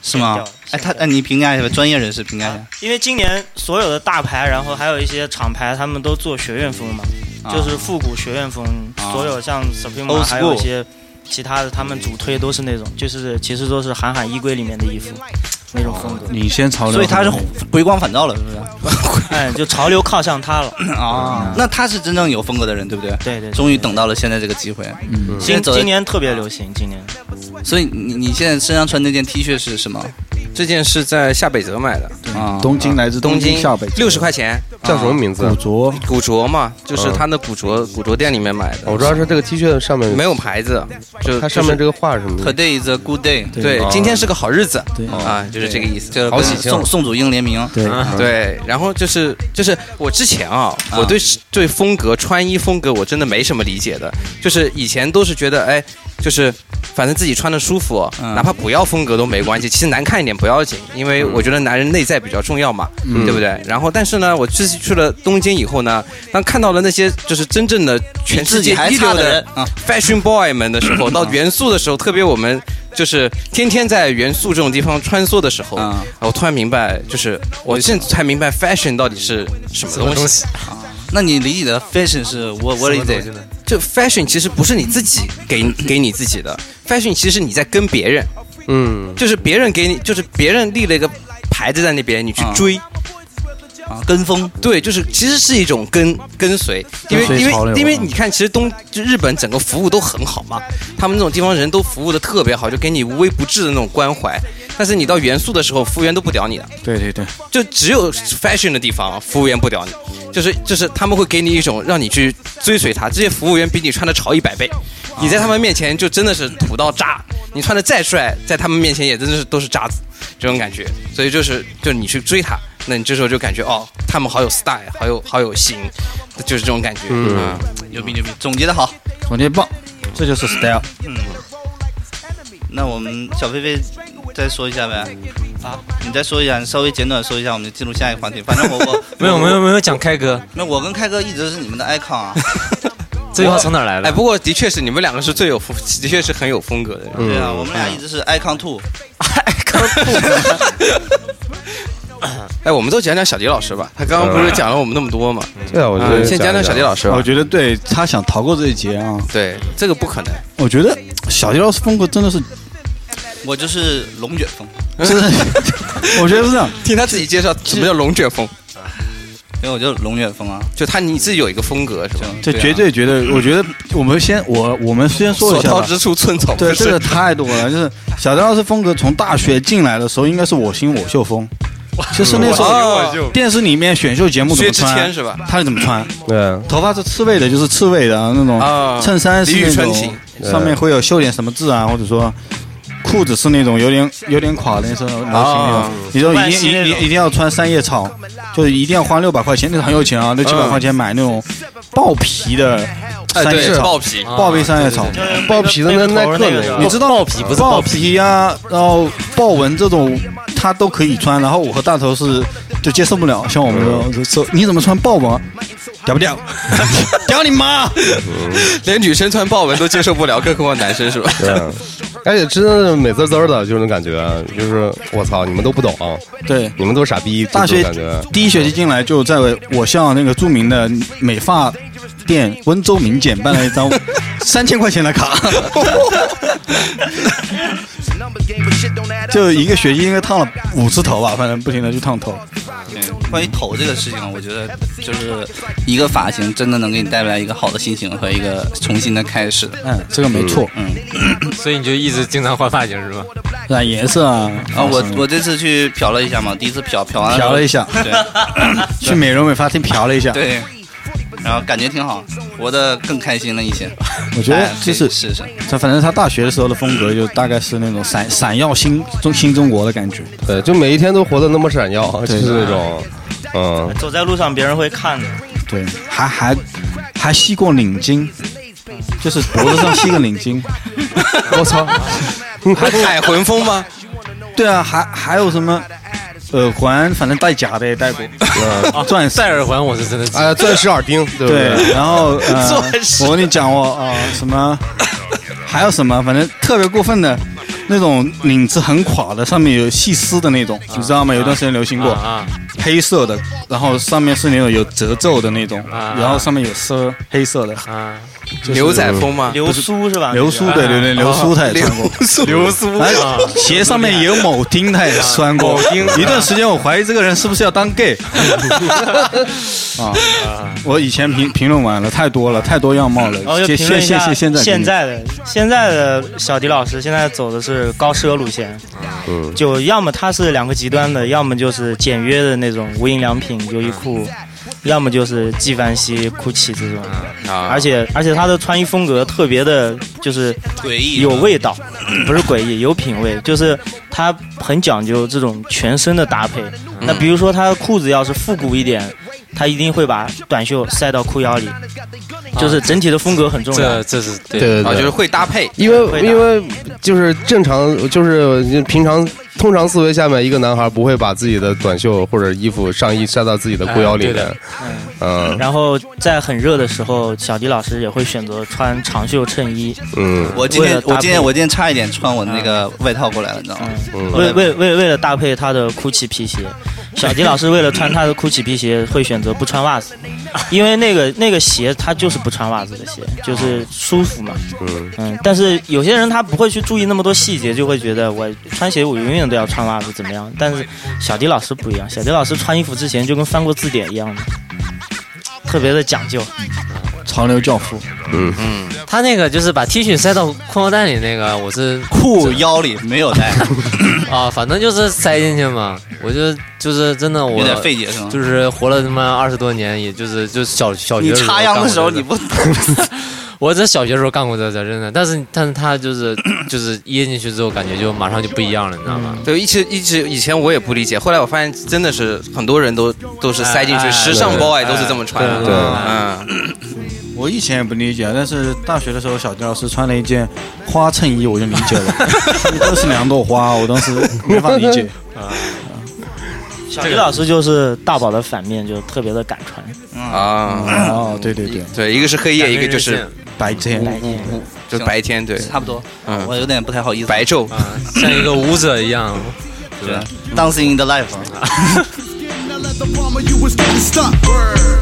S4: 是吗？哎，他哎，你评价一下吧，专业人士评价一下。
S8: 因为今年所有的大牌，然后还有一些厂牌，他们都做学院风嘛，就是复古学院风。
S4: 啊
S8: 所有像 Supreme
S4: Old
S8: 啊还
S4: school
S8: 有一些其他的，他们主推都是那种，就是其实都是韩寒衣柜里面的 衣服那种风格。
S7: 你先潮流，
S4: 所以他是回光返照了，是不是？
S8: 哎，就潮流靠向 他了。
S4: 啊，那他是真正有风格的人，对不对？
S8: 对对，对
S4: 终于等到了现在这个机会，
S7: 嗯
S4: 现在
S8: 今
S4: 走在
S8: 今，年特别流行，今年
S4: 所以你你现在身上穿那件 T 恤是什么
S3: 这件是在夏北泽买的，
S4: 啊？
S7: 东京来自
S3: 东
S7: 京
S3: 京
S7: 下北，
S3: 六十块钱，
S5: 叫什么名字啊
S7: 古？着，
S3: 古着嘛，就是他那古着古着店里面买的。
S5: 嗯哦我知道是这个 T 恤上面
S3: 没有牌子，就
S5: 它上面这个画是什么意思？
S4: Today is a good day，
S3: 就是对
S5: 哦，
S3: 今天是个好日子，
S7: 对
S3: 啊，就是这个意思。
S4: 这
S5: 好
S4: 跟
S5: 喜庆
S4: 宋宋祖英联名，
S7: 对，
S3: 对，然后就是就是我之前啊，我
S4: 嗯
S3: 对对风格穿衣风格我真的没什么理解的，就是以前都是觉得哎，就是反正自己穿的舒服，
S4: 嗯嗯
S3: 哪怕不要风格都没关系，其实难看一点不要紧，因为我觉得男人内在比较重要嘛，对不对？然后但是呢，我这次去了东京以后呢，当看到了那些就是真正的全世
S4: 自
S3: 界
S4: 己还
S3: 一
S4: 差
S3: 流
S4: 的
S3: 的
S4: 人啊，
S3: fashion boy 们的时候，到元素的时候，特别我们就是天天在元素这种地方穿梭的时候，
S4: 嗯
S3: 啊我突然明白，就是我现在才明白 fashion 到底是什么东西。
S6: 东西
S4: 那你理解的 fashion 是我我理解
S3: 就 fashion 其实不是你自己给给你自己的，fashion 其实你在跟别人，
S5: 嗯，
S3: 就是别人给你，就是别人立了一个牌子在那边，你去追，
S4: 啊，跟风
S3: 对，就是其实是一种跟跟随，因为
S2: 跟随
S3: 因
S2: 潮流
S3: 为因为你看，其实东就日本整个服务都很好嘛，他们那种地方人都服务的特别好，就给你无微不至的那种关怀。但是你到元素的时候，服务员都不屌你的，
S7: 对对对，
S3: 就只有 fashion 的地方，啊服务员不屌你，就是就是他们会给你一种让你去追随他。这些服务员比你穿的潮一百倍，你在他们面前就真的是土到炸，你穿的再帅，在他们面前也真的是都是渣子，这种感觉。所以就是就是你去追他，那你这时候就感觉哦，他们好有 style，好有好有型，就是这种感觉。嗯，
S4: 牛逼牛逼，总结的好。
S7: 总结棒，这就是 style。
S4: 那我们小飞飞再说一下呗，啊，你再说一下，你稍微简短说一下，我们就进入下一个话题。反正我 我
S6: 没有没有没有讲开哥，
S4: 那我跟开哥一直是你们的 icon 啊，
S6: 这句话从哪儿来
S3: 哎，
S6: 的？
S3: 不过的确是你们两个是最有风，的确是很有风格的人。
S4: 对啊，我们俩一直是 icon two，
S3: 哎，我们都讲讲小迪老师吧，他刚刚不是讲了我们那么多嘛？
S5: 对啊，我觉
S3: 啊
S5: 得
S3: 先讲讲小迪老师吧
S7: 我。觉得对他想逃过这一劫啊，
S3: 对，这个不可能。
S7: 我觉得小迪老师风格真的是，
S4: 我就是龙卷风。
S7: 真的， 我觉得是这样。
S3: 听他自己介绍什么叫龙卷风，
S4: 因为我就是龙卷风啊，
S3: 就他你自己有一个风格是吧？
S7: 这
S4: 对啊
S7: 绝对绝对，我觉得我们先我我们先说
S3: 所
S7: 一下
S3: 到
S7: 吧。
S3: 之处寸草不
S7: 对，这
S3: 生
S7: 个。太多了，就是小迪老师风格从大学进来的时候，应该是我行我秀风，就是那时
S3: 我行我
S7: 候电视里面选秀节目怎
S3: 薛
S7: 么
S3: 之谦
S7: 穿
S3: 是吧？
S7: 他是怎么穿？
S5: 对，啊
S7: 头发是刺猬的，就是刺猬的那种
S3: 啊
S7: 衬衫是
S3: 李宇
S7: 那
S3: 春
S7: 种
S3: 型
S7: 上面会有绣点什么字啊，或者说裤子是那种有点有点垮的那种模型那
S3: 啊
S7: 种，你说
S8: 外
S7: 一定
S8: 形
S7: 一
S8: 那
S7: 定
S8: 种
S7: 一定要穿三叶草，就是一定要花六百块钱，那个很有钱啊，六七百
S3: 嗯
S7: 块钱买那种爆皮的
S3: 哎，
S7: 三叶
S3: 对，
S7: 草
S3: 爆，皮。
S7: 爆皮三叶草。
S5: 爆皮的那耐克
S8: 那
S5: 那
S8: 个是
S5: 个
S8: 吧
S7: 你知道
S6: 爆皮不是
S7: 爆
S6: 爆
S7: 皮呀，然后豹纹这种他都可以穿，然后我和大头是就接受不了，像我们这种就说你怎么穿豹纹啊？屌不屌？ 屌你妈！
S3: 连女生穿豹纹都接受不了，更何况男生是 吧？
S5: 对，啊而且真的是美滋滋的，就是那感觉，啊就是我操，你们都不懂，
S7: 对，
S5: 你们都傻逼，
S7: 大
S5: 就这
S7: 学
S5: 种感觉，
S7: 第一学期进来就在我校那个著名的美发店温州名简办了一 张三千块钱的卡，就一个学期应该烫了五次头吧，反正不停的去烫头。
S4: 对关于头这个事情，我觉得就是一个发型真的能给你带来一个好的心情和一个重新的开始。
S7: 嗯，这个没错。
S6: 所以你就一直经常换发型是吧？
S7: 染颜色啊，
S4: 啊，我
S7: 什么
S4: 我这次去漂了一下嘛，第一次漂漂完了
S7: 嫖了一下，
S4: 对
S7: 去美容美发厅嫖了一下。，
S4: 对，然后感觉挺好，活得更开心了一些。
S7: 我觉得
S4: 哎
S7: 就
S4: 对
S7: 是
S4: 是是，
S7: 他，反正他大学的时候的风格就大概是那种闪闪耀新中新中国的感觉。
S5: 对，就每一天都活得那么闪耀，就是那种，嗯，
S8: 走在路上别人会看的，
S7: 对，还还还系过领巾，就是脖子上系个领巾。
S5: 我操，
S3: 还海魂 风吗？
S7: 对啊，还还有什么耳环，反正戴假的也戴过，钻石
S6: 啊戴。耳环我是真的记，
S5: 哎，钻石耳钉，对不
S7: 对，然后呃
S3: 钻，石
S7: 我跟你讲哦，啊、什么，还有什么，反正特别过分的，那种领子很垮的，上面有细丝的那种，你知道吗？有一段时间流行过，
S6: 啊
S7: 黑色的，然后上面是那种有褶皱的那种，
S6: 啊
S7: 然后上面有丝，黑色的，
S6: 啊，
S3: 牛仔风吗？
S8: 流苏是吧？
S7: 流苏，对对对，流苏他也穿过，
S3: 流苏
S7: 哎，鞋上面也有铆钉，他也穿过，一段时间我怀疑这个人是不是要当 gay 啊！我以前评评论完了，太多了，太多样貌
S8: 然后
S7: 了，谢
S8: 就哦评论
S7: 谢
S8: 一
S7: 谢
S8: 下
S7: 谢现在
S8: 现在的现在的小迪老师现在走的是高奢路线，就要么他是两个极端的，要么就是简约的那种无印良品、优衣库，要么就是纪梵希、GUCCI 这种。
S7: 嗯
S3: 啊
S8: 而且而且他的穿衣风格特别的，就是
S4: 诡异
S8: 有味道，不是诡异，有品味，就是他很讲究这种全身的搭配。那比如说他的裤子要是复古一点，他一定会把短袖塞到裤腰里，就是整体的风格很重要
S6: 这。这是对
S5: 对对
S3: 啊，
S5: 对，
S3: 就是会搭配。
S5: 因为
S8: 会的
S5: 因为就是正常就是平常通常思维下面，一个男孩不会把自己的短袖或者衣服上衣塞到自己的裤腰里
S6: 哎对
S5: 面
S6: 的，
S5: 嗯
S8: 然后在很热的时候，小迪老师也会选择穿长袖衬衣，
S5: 嗯
S4: 我今
S8: 为
S4: 天
S8: 了搭配
S4: 我今天我今天差一点穿我那个外套过来了，你知道吗？
S5: 嗯
S8: 为为为为了搭配他的 GUCCI 皮鞋。小迪老师为了穿他的 Gucci 皮鞋，会选择不穿袜子，因为那个那个鞋他就是不穿袜子的鞋，就是舒服嘛。
S5: 嗯，
S8: 嗯，但是有些人他不会去注意那么多细节，就会觉得我穿鞋我永远都要穿袜子怎么样？但是小迪老师不一样，小迪老师穿衣服之前就跟翻过字典一样的，特别的讲究。
S7: 潮流教父，
S6: 他那个就是把 T 恤塞到裤腰带里那个，我是
S4: 裤腰里没有带，
S6: 啊，反正就是塞进去嘛。我就就是真的我
S4: 有点费解是吗？
S6: 就是活了他妈二十多年，也就是就小小学
S4: 你
S6: 干过
S4: 插秧的时候
S6: 这
S4: 你
S6: 个
S4: 不，
S6: 我在小学时候干过这事，真的。但是但是他就是 就是掖进去之后，感觉就马上就不一样了，你知道
S4: 嗯
S6: 吗？
S3: 对，一直一直以前我也不理解，后来我发现真的是很多人都都是塞进
S6: 哎
S3: 去，
S6: 哎
S3: 时尚
S5: 对
S3: boy 都是这么穿的。
S5: 对对
S3: 嗯，
S7: 我以前也不理解，但是大学的时候，小迪老师穿了一件花衬衣，我就理解 了，都是两朵花，我当时没法理 解。
S8: 小迪老师就是大宝的反面，就特别的敢穿。
S3: 啊，
S7: 哦，对对对，
S3: 对，一个是黑夜，一个就是
S7: 白天
S8: 白天
S3: 就白天，对，
S4: 差不多，
S3: 嗯
S4: 我有点不太好意思。
S3: 白昼。
S6: 啊，像一个舞者一样。
S4: 对，Dancing in the life，
S9: Another bomber, you was getting stuck.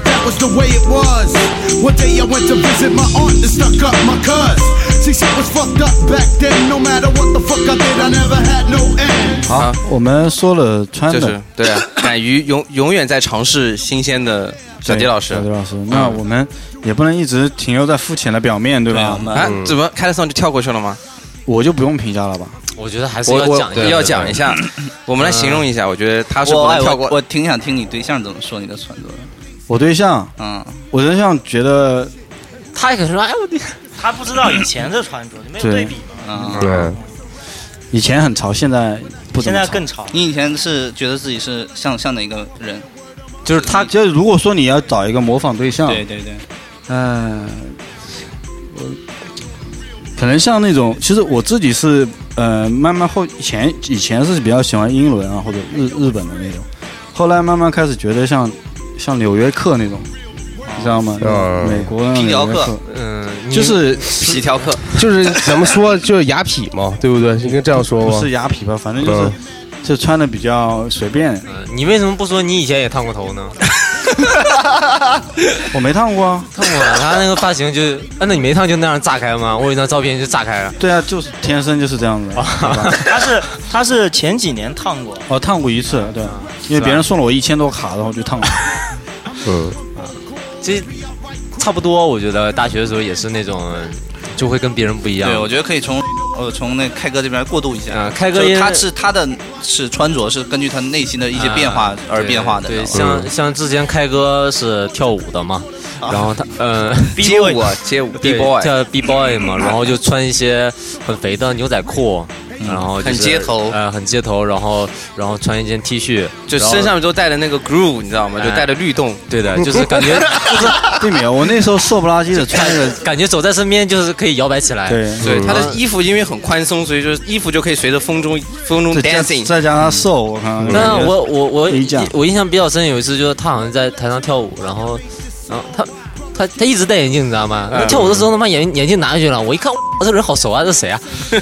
S9: That was the way it was. One day I went to visit my aunt and stuck up my cuz. See, shit was fucked up back then. No matter what the fuck I did, I never had no end.
S7: 好，我们说了穿
S3: 就是
S7: 的，
S3: 对啊，敢于永永远在尝试新鲜的小迪老师
S7: 小迪老师，那我们也不能一直停留在肤浅的表面，对
S4: 对我
S7: 吧？
S3: 啊
S4: 们，
S3: 怎么开了嗓就跳过去了吗？
S7: 我就不用评价了吧？
S6: 我觉得还是
S3: 我
S6: 要
S3: 我
S6: 讲一下，
S3: 要讲 一下，我们来形容一下，我觉得他是不
S4: 我
S3: 能
S4: 哎
S3: 跳
S4: 我
S3: 过。
S4: 我挺想听你对象怎么说你的穿着的。
S7: 我对象，
S4: 嗯，
S7: 我对象觉得
S6: 他也可能说，哎，我的
S8: 他不知道以前的穿着，没有
S7: 对
S8: 对比嘛。
S4: 嗯，
S5: 对，
S7: 以前很潮，现在不怎
S8: 现
S7: 么
S8: 在
S7: 潮
S8: 更潮，
S4: 你以前是觉得自己是像像哪个人？
S7: 就是他，就是如果说你要找一个模仿对象，
S4: 对对对，
S7: 嗯，我可能像那种，其实我自己是，呃，慢慢后以前以前是比较喜欢英伦啊或者日日本的那种，后来慢慢开始觉得像像纽约客那种，你知道吗？
S5: 嗯
S7: 美国的
S4: 皮条
S7: 纽
S4: 客
S7: 约客，
S6: 嗯，你
S7: 就是
S3: 皮条客，
S5: 就是怎么说，就是雅痞嘛，对不对？应该这样说
S7: 不
S5: 吗？
S7: 是雅痞吧，反正就是
S5: 嗯
S7: 就穿的比较随便，
S6: 嗯你为什么不说你以前也烫 过头呢？
S7: 我没烫过啊，
S6: 烫过啊，他那个发型就，啊，那你没烫就那样炸开吗？我有一张照片就炸开了。
S7: 对啊，就是天生就是这样子，对吧
S8: 他是他是前几年烫过，
S7: 哦，烫过一次，对，因为别人送了我一千多卡，然后就烫了。
S5: 嗯，
S6: 这差不多，我觉得大学的时候也是那种，就会跟别人不一样。
S4: 对，我觉得可以从呃从那开哥这边过渡一下
S6: 啊。开哥
S4: 就
S6: 因为
S4: 他是他的是穿着是根据他内心的一些变化而变化的，
S6: 对，
S4: 你
S6: 对
S4: 知道吗
S6: 像像之前开哥是跳舞的嘛，然后他 呃。
S3: 街舞啊，街舞，B
S6: 对
S3: 啊 boy，
S6: 跳 B boy 嘛，然后就穿一些很肥的牛仔裤，然后就是
S3: 嗯很街头
S6: 呃，很街头，然后然后穿一件 T 恤，
S3: 就
S6: 然后
S3: 身上都带了那个 groove，你知道吗？
S6: 哎
S3: 就带了律动。
S6: 对的，就是感 觉
S7: 对没有，我那时候瘦不拉几的穿一 个，
S6: 感觉走在身边就是可以摇摆起来。
S7: 对，
S3: 对，
S4: 嗯
S3: 他的衣服因为很宽松，所以就是衣服就可以随着风中风中
S7: 再加
S3: dancing。
S7: 再加上瘦，我看。
S6: 但我我我
S7: 你讲
S6: 我印象比较深，有一次就是他好像在台上跳舞，然后然后他。他他一直戴眼镜，你知道吗？他跳舞的时候，他妈眼眼镜拿下去了，我一看，哇这人好熟啊，这谁啊？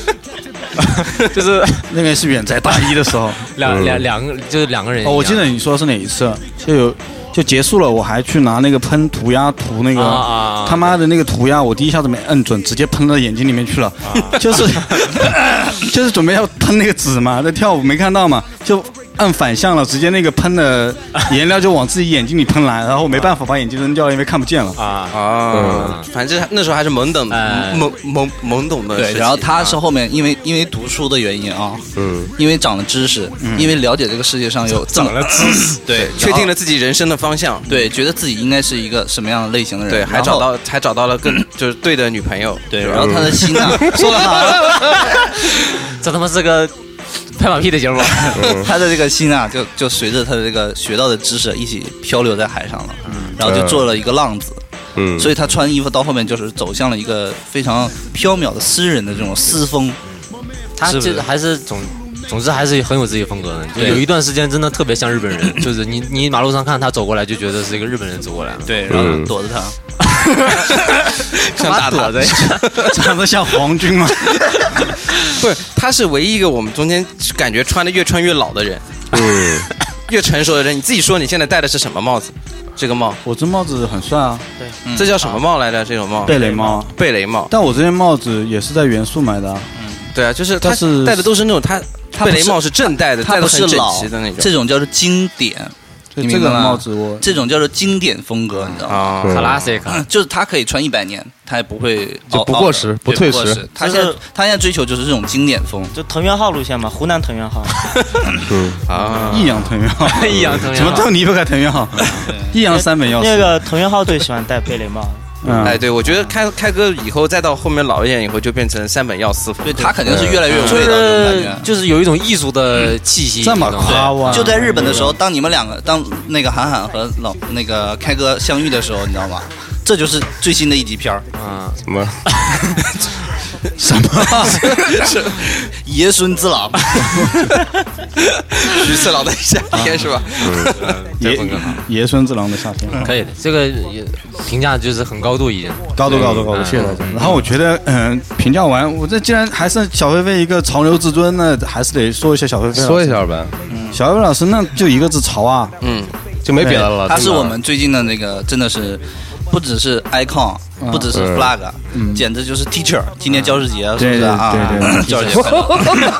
S6: 就是
S7: 那个是远在大一的时候，
S6: 两两两个，就是两个人一
S7: 哦，
S6: 样。
S7: 我记得你说是哪一次，啊就有就结束了，我还去拿那个喷涂鸦涂那个。
S6: 啊啊啊
S7: 他妈的那个涂鸦，我第一下子没摁准，直接喷到眼睛里面去了，
S6: 啊
S7: 就是 就是准备要喷那个纸嘛，在跳舞没看到嘛，就按反向了，直接那个喷的颜料就往自己眼睛里喷来，然后没办法把眼镜扔掉了，因为看不见了。
S6: 啊，
S4: 嗯
S3: 啊，反正那时候还是懵懂、
S6: 哎
S3: 懵懵懵懂的时
S4: 对，
S3: 期。啊
S4: 然后他是
S3: 说，
S4: 后面因为因为读书的原因啊，
S5: 嗯，
S4: 因为长了知识，
S3: 嗯
S4: 因为了解这个世界上 有长了知识，对，
S3: 确定
S4: 了，
S3: 了自己人生的方向，
S4: 对，觉得自己应该是一个什么样的类型的人，
S3: 对，还
S4: 嗯然后嗯
S3: 找到还找到了更就是对的女朋友，
S4: 对，
S3: 是吧
S4: 然后他的心 啊，说得好，
S6: 这他妈是个拍马屁的节目。
S3: 嗯
S4: 他的这个心啊，就就随着他的这个学到的知识一起漂流在海上了，
S3: 嗯
S4: 然后就做了一个浪子，
S5: 嗯，
S4: 所以他穿衣服到后面就是走向了一个非常飘渺的私人的这种私风，
S6: 他
S4: 是不是
S6: 就是还是总，总之还是很有自己风格的。就
S4: 对
S6: 有一段时间真的特别像日本人，就是你你马路上看他走过来，就觉得是一个日本人走过来了。
S4: 对，然后嗯躲着他，
S3: 像大躲着。
S7: 长得像皇军 吗？
S3: 不是，他是唯一一个我们中间感觉穿的越穿越老的人。
S5: 嗯，
S3: 越成熟的人，你自己说你现在戴的是什么帽子？这个帽，
S7: 我这帽子很帅啊，
S4: 嗯
S3: 这叫什么帽来着？这种帽，
S7: 贝雷帽啊。
S3: 贝雷帽。
S7: 但我这件帽子也是在元素买的啊，
S3: 对啊，就是
S7: 但
S3: 他
S7: 是
S3: 戴的都是那种他
S4: 它不
S3: 贝
S4: 是
S3: 雷帽是正戴的，
S4: 它
S3: 戴
S4: 不
S3: 的
S4: 是
S3: 很整
S4: 老
S3: 齐的那，种
S4: 这种叫做经典，
S7: 就
S4: 你
S7: 这
S4: 明白
S7: 个
S4: 吗
S7: 帽子我
S4: 这种叫做经典风格，你知道吗？
S3: 啊。
S5: 嗯
S6: 卡拉西卡，
S4: 就是它可以穿一百年，它也不会
S5: 就
S4: 凹
S5: 不
S4: 凹
S5: 过
S4: 的
S5: 时
S4: 对
S5: 不
S4: 不
S5: 退
S4: 过
S5: 时
S4: 时。他
S8: 就
S4: 现
S8: 是
S4: 在他现在追求就是这种经典风，
S8: 就藤原浩路线嘛，湖南藤原浩。
S3: 啊，
S7: 益 阳藤原浩，
S6: 一样同
S7: 怎么
S6: 样。
S7: 都离不开藤原浩，益阳三本钥匙。
S8: 那个藤原浩最喜欢戴贝雷帽，
S7: 嗯，
S3: 哎，对，我觉得开开哥以后再到后面老一点以后，就变成三本耀司服。
S4: 对他肯定是越来越有
S6: 就
S4: 味道这种感
S6: 是
S4: 觉。
S6: 就是有一种艺术的气息，
S7: 这么
S6: 你懂吗
S7: 夸我，
S4: 就在日本的时候，当你们两个当那个韩寒和老那个开哥相遇的时候，你知道吗？这就是最新的一集片 儿，
S6: 嗯，
S5: 什么？
S4: 是爷孙之狼，
S3: 徐次郎的夏天是吧？
S7: 爷爷孙之狼的夏天，
S6: 可以的，这个也评价就是很高度已经。
S2: 高度高度高度，谢谢大家。
S7: 然后我觉得，嗯，评价完，我这既然还剩小飞飞一个潮流至尊，那还是得说一下小飞飞。
S5: 说一，下呗，
S7: 小飞飞老师，那就一个字潮啊，
S3: 嗯，
S5: 就没别的了。
S4: 他是
S5: 真的
S4: 我们最近的那个，真的是不只是 icon，不
S7: 嗯
S4: 只是 flag，简直就是 teacher。今年教师节是不是啊？
S7: 对对对对
S4: 教师节快乐。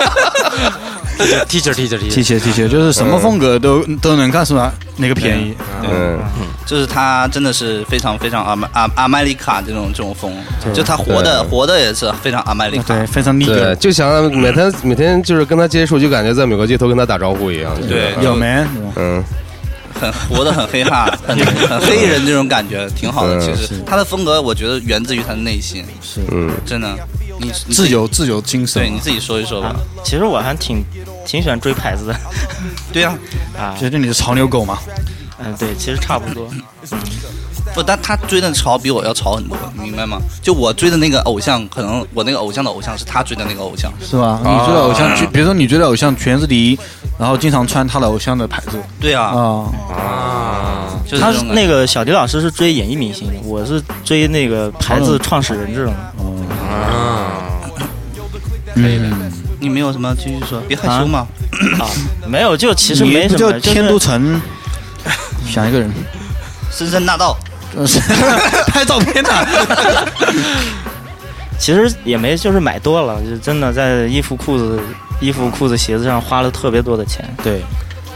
S6: teacher teacher
S7: 提
S6: teacher，
S7: 鞋提鞋，就是什么风格都都能看出来哪个便宜。
S5: 嗯，
S4: 就是他真的是非常非常阿麦阿阿麦丽卡这种这种风，就他活的
S5: 对
S4: 活的也是非常阿麦丽卡。
S7: 对，非常立
S5: 对，
S7: 个。
S5: 就想每天每天就是跟他接触，就感觉在美国街头跟他打招呼一样。
S4: 对，
S7: 有没？
S5: 嗯，
S4: 很活得很黑 哈，很很黑人这种感觉，挺好的。
S5: 嗯
S4: 其实他的风格，我觉得源自于他的内心，
S7: 是
S5: 嗯
S4: 真的。你你自
S7: 自
S4: 己，
S7: 由啊自由精神
S4: 对，你啊自己说一说吧。
S8: 啊其实我还挺挺喜欢追牌子的
S4: 对呀，
S8: 啊。
S7: 觉得你是潮牛狗嘛？
S8: 嗯，对，其实差不多。
S4: 不，但他追的潮比我要潮很多，你明白吗？就我追的那个偶像，可能我那个偶像的偶像是他追的那个偶像。
S7: 是吧？
S2: 啊
S7: 你追的偶像，就比如说你追的偶像全是梨，然后经常穿他的偶像的牌子
S4: 对啊，
S7: 啊，
S4: 就是
S8: 他
S4: 这种感觉
S8: 那个小迪老师是追演艺明星，我是追那个牌子创始人这种。
S4: 你没有什么继续说，别害羞嘛。
S8: 啊，没有，就其实
S7: 你
S8: 没
S7: 不
S8: 什
S7: 就
S8: 么，
S7: 天
S8: 就
S7: 都
S8: 是
S7: 城， 想一个人，
S4: 深山大道，
S7: 呃 拍照片呢？
S8: 其实也没就是买多了，就真的在衣服、裤子、衣服、裤子、鞋子上花了特别多的钱。
S7: 对，